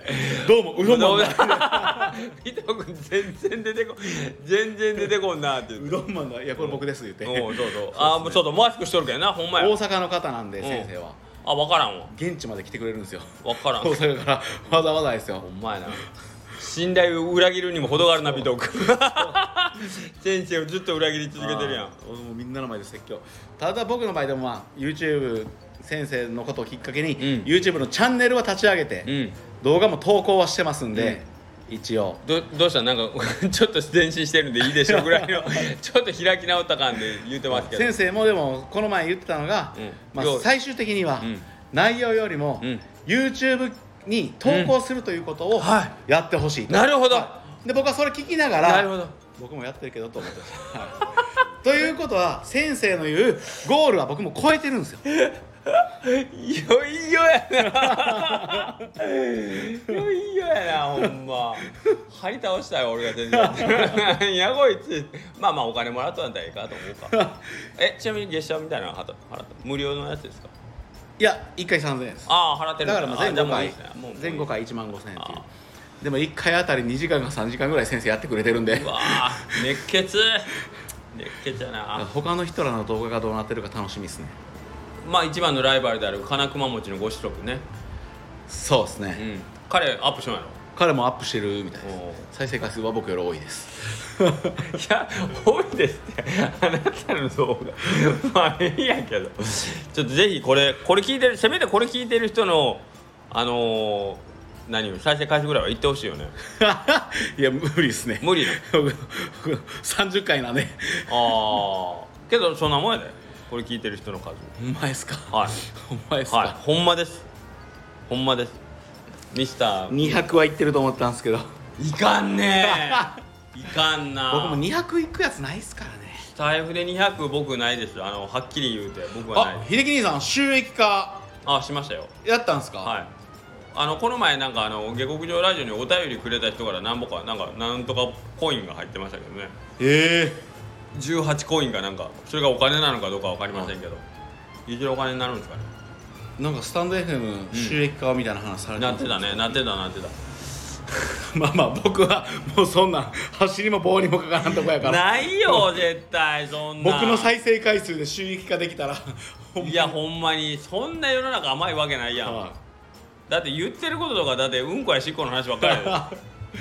S3: どうもうどんマンだ
S1: ビト君全然出てこ全然出てこんなって言って
S3: うどんマンだいやこれ僕です言って、
S1: おうそうそうあもうちょっとマスクしとるけどなほんま
S3: 大
S1: や
S3: 阪の方なんで先生は
S1: あ分からんわ
S3: 現地まで来てくれるんですよ
S1: 分からん
S3: 大阪からわざわざですよ
S1: お前な信頼を裏切るにも程があるな尾藤君 先生をずっと裏切り続けてるやん
S3: あー俺もみんなの前で説教ただ僕の場合でもまあ YouTube 先生のことをきっかけに、
S1: ん
S3: YouTube のチャンネルは立ち上げて、
S1: うん
S3: 動画も投稿はしてますんで、一応
S1: どどうしたなんか ちょっと前進してるんでいいでしょうぐらい のちょっと開き直った感で言ってますけど
S3: 先生もでもこの前言ってたのが、
S1: うん
S3: まあ
S1: よ、う
S3: 最終的には
S1: うん
S3: 内容よりも
S1: うん
S3: YouTube に投稿するということを
S1: は
S3: やってほしいと、
S1: なるほど、
S3: で僕はそれ聞きなが
S1: なるほ
S3: ら
S1: ど
S3: 僕もやってるけどと思ってました、はいということは先生の言うゴールは僕も超えてるんですよ
S1: いよいよやないよいよやなほんま張り倒したよ俺が全然 なんやこいつまあまあお金もらっとんだらいいかと思う かえちなみに月謝みたいなのは払った払った無料のやつですか
S3: いや1回3000円です
S1: ああ払ってる
S3: だからまあ
S1: あ
S3: 全
S1: じゃあ
S3: 5
S1: もうい
S3: 回
S1: いですねもうもういい
S3: 全5回1万5000円っていう
S1: あ
S3: でも1回あたり2時間か3時間ぐらい先生やってくれてるんで
S1: うわあ熱血熱血やな
S3: 他の人らの動画がどうなってるか楽しみですね
S1: まあ一番のライバルである金熊餅のご子息ね
S3: そうです
S1: う
S3: ね、
S1: ん彼アップしようやろ
S3: 彼もアップしてるみたいです
S1: おう
S3: 再生回数は僕より多いです
S1: い や多いですってあなたの動画まあいいやけどちょっとぜひこれこれ聞いてるせめてこれ聞いてる人のあのー何再生回数ぐらいは言ってほしいよね
S3: いや無理ですね
S1: 無理な
S3: 僕僕30回なんで
S1: ああけどそんなもんやでこれ聞いてる人の数
S3: ほんまですか
S1: はい
S3: ほんまですか、
S1: はいほんまですほんまですミスター
S3: 200はいってると思ったんですけど
S1: いかんねえ いかんな
S3: 僕も200いくやつないっすからね
S1: スタイフで200僕ないですあのはっきり言うて僕はない
S3: あ秀樹兄さん収益化
S1: あしましたよ
S3: やったんすか、
S1: はいあのこの前なんかあの下克上ラジオにお便りくれた人から何ぼかなんかなんとかコインが入ってましたけどね
S3: え
S1: 18コインかなんかそれがお金なのかどうか分かりませんけどいずれお金になるんですかね
S3: えなんかスタンド FM 収益化みたいな話されて
S1: な
S3: ま
S1: っ
S3: す
S1: てたねなってたなってた
S3: まあまあ僕はもうそんなん走りも棒にもかからんとこやから
S1: ないよ絶対そんな
S3: 僕の再生回数で収益化で きたらほんま
S1: いやほんまにそんな世の中甘いわけないやん
S3: は
S1: だって言ってることとかだってうんこやしっこの話ばっかりや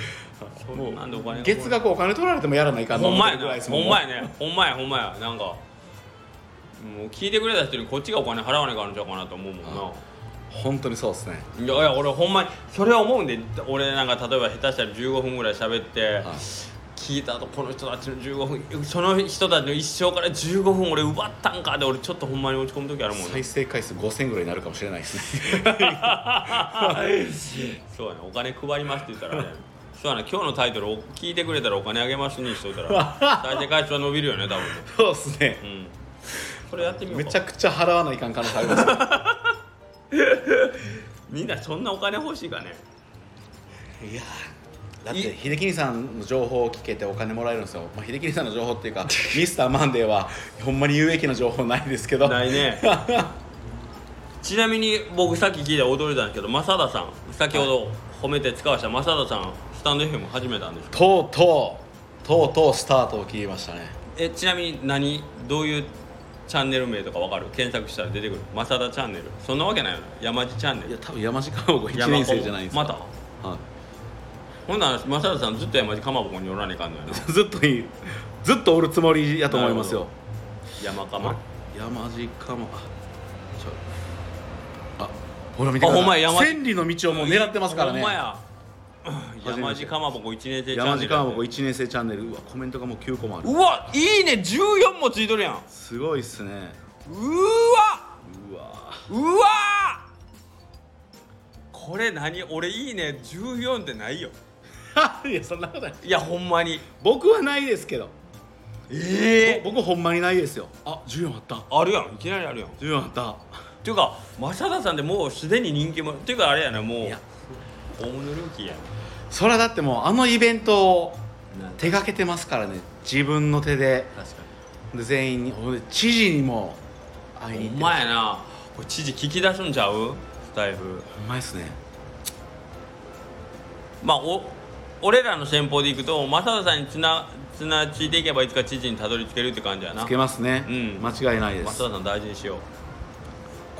S1: で
S3: い
S1: んなんでお金が
S3: 月額お金取られてもやらないかんと
S1: ほん
S3: 思っ
S1: まや
S3: てるぐ
S1: な
S3: らいですも
S1: ほ
S3: ん
S1: んまやねほんまやほんまやなんかもう聞いてくれた人にこっちがお金払わないからんちゃうかなと思うもんな
S3: 本当にそうですね
S1: いやいや俺ほんまにそれは思うんで俺なんか例えば下手したら15分ぐらい喋って、
S3: はい
S1: 聞いた後この人たちの15分その人たちの一生から15分俺奪ったんかで俺ちょっとほんまに落ち込む時あるもんね
S3: 再生回数5000ぐらいになるかもしれないですね
S1: そうやねお金配りますって言ったらねそうやね今日のタイトルを聞いてくれたらお金あげますにしといたら再生回数は伸びるよね多分
S3: そうですね
S1: うんそれやってみよう
S3: め
S1: か
S3: ちゃくちゃ払わないかん可能性ありますね
S1: みんなそんなお金欲しいかね
S3: いやーだって秀樹兄さんの情報を聞けてお金もらえるんですよ、まあ、秀樹兄さんの情報っていうかミスターマンデーはほんまに有益な情報ないですけど
S1: ないねちなみに僕さっき聞いて驚いたんですけど正田さん先ほど褒めて使わした正田さんスタンド FM 始めたんですか
S3: とうとうとうとうスタートを切りましたね
S1: えちなみに何どういうチャンネル名とかわかる検索したら出てくる正田チャンネルそんなわけないよね山地チャンネ
S3: い
S1: ル
S3: や多分山地かまぼこ1
S1: 山
S3: 年
S1: 地
S3: 生じゃないんですか
S1: また
S3: は
S1: ほんなら正田さんずっと山地かまぼこにおらねえかんの やな
S3: いずっといいずっとおるつもりやと思いますよ
S1: 山かま
S3: 山地かまあちょあほら見てく
S1: あほん
S3: だ
S1: ま
S3: さい
S1: や山地
S3: 千里の道をもう狙ってますからね
S1: ほんまや
S3: て
S1: 山地かまぼこ1年生チャンネルやね
S3: 山地かまぼこ1年生チャンネルうわコメントがもう9個もある
S1: うわいいね14もついとるやん
S3: すごいっすね
S1: うーわ
S3: うわ
S1: うわーこれ何俺いいね14ってないよ
S3: いやそんなことない
S1: いやほんまに
S3: 僕はないですけど
S1: え
S3: 僕ほんまにないですよあ14あった
S1: あるやんいきなりあるやんっ
S3: 14あった
S1: ていうか正田さんってもうすでに人気もっていうかあれやなもう
S3: いや
S1: 大物ルーキーや
S3: それはだってもうあのイベントを
S1: な
S3: 手がけてますからね自分の手で
S1: 確か
S3: で全員にほんで知事にも会いに
S1: に
S3: 行
S1: ほん
S3: っ
S1: ま
S3: て
S1: やなこれ知事聞き出すんちゃうスタイフ
S3: ほんまですね
S1: まあお俺らの戦法でいくと正田さんにつなつなついていけばいつか知事にたどり着けるって感じやな
S3: つけますね、
S1: うん
S3: 間違いないで
S1: 正
S3: す
S1: 田さん大事にしよう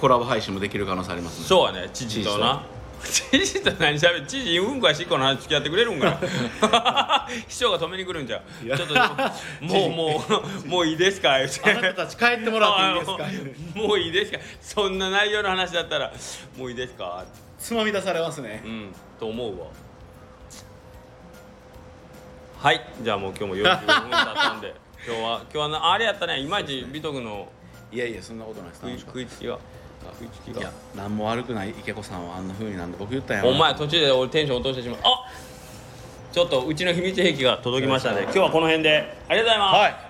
S3: コラボ配信もできる可能性ありますね
S1: そうやね知事とな知事と何しゃべる知事うんこやしっこの話付き合ってくれるんか な秘書が止めに来るんじゃう
S3: い
S1: ちょ
S3: や
S1: っと もうもうもういいですか言うて
S3: あなたたち帰ってもらっていいですか
S1: あ のもういいですかそんな内容の話だったらもういいですか
S3: つまみ出されますね
S1: うんと思うわはいじゃあもう今日も45分経ったん で今日は今日はなあれやったねいまいち美徳の
S3: いやいやそんなことないです
S1: 食い食い
S3: 楽しかっ
S1: つきが食いつ
S3: た
S1: き
S3: い
S1: が
S3: や何も悪くない池子さんはあんな風になんで僕言ったやん
S1: お前途中で俺テンション落としてしまうあちょっとうちの秘密兵器が届きましたね今日はこの辺でありがとうございます、
S3: はい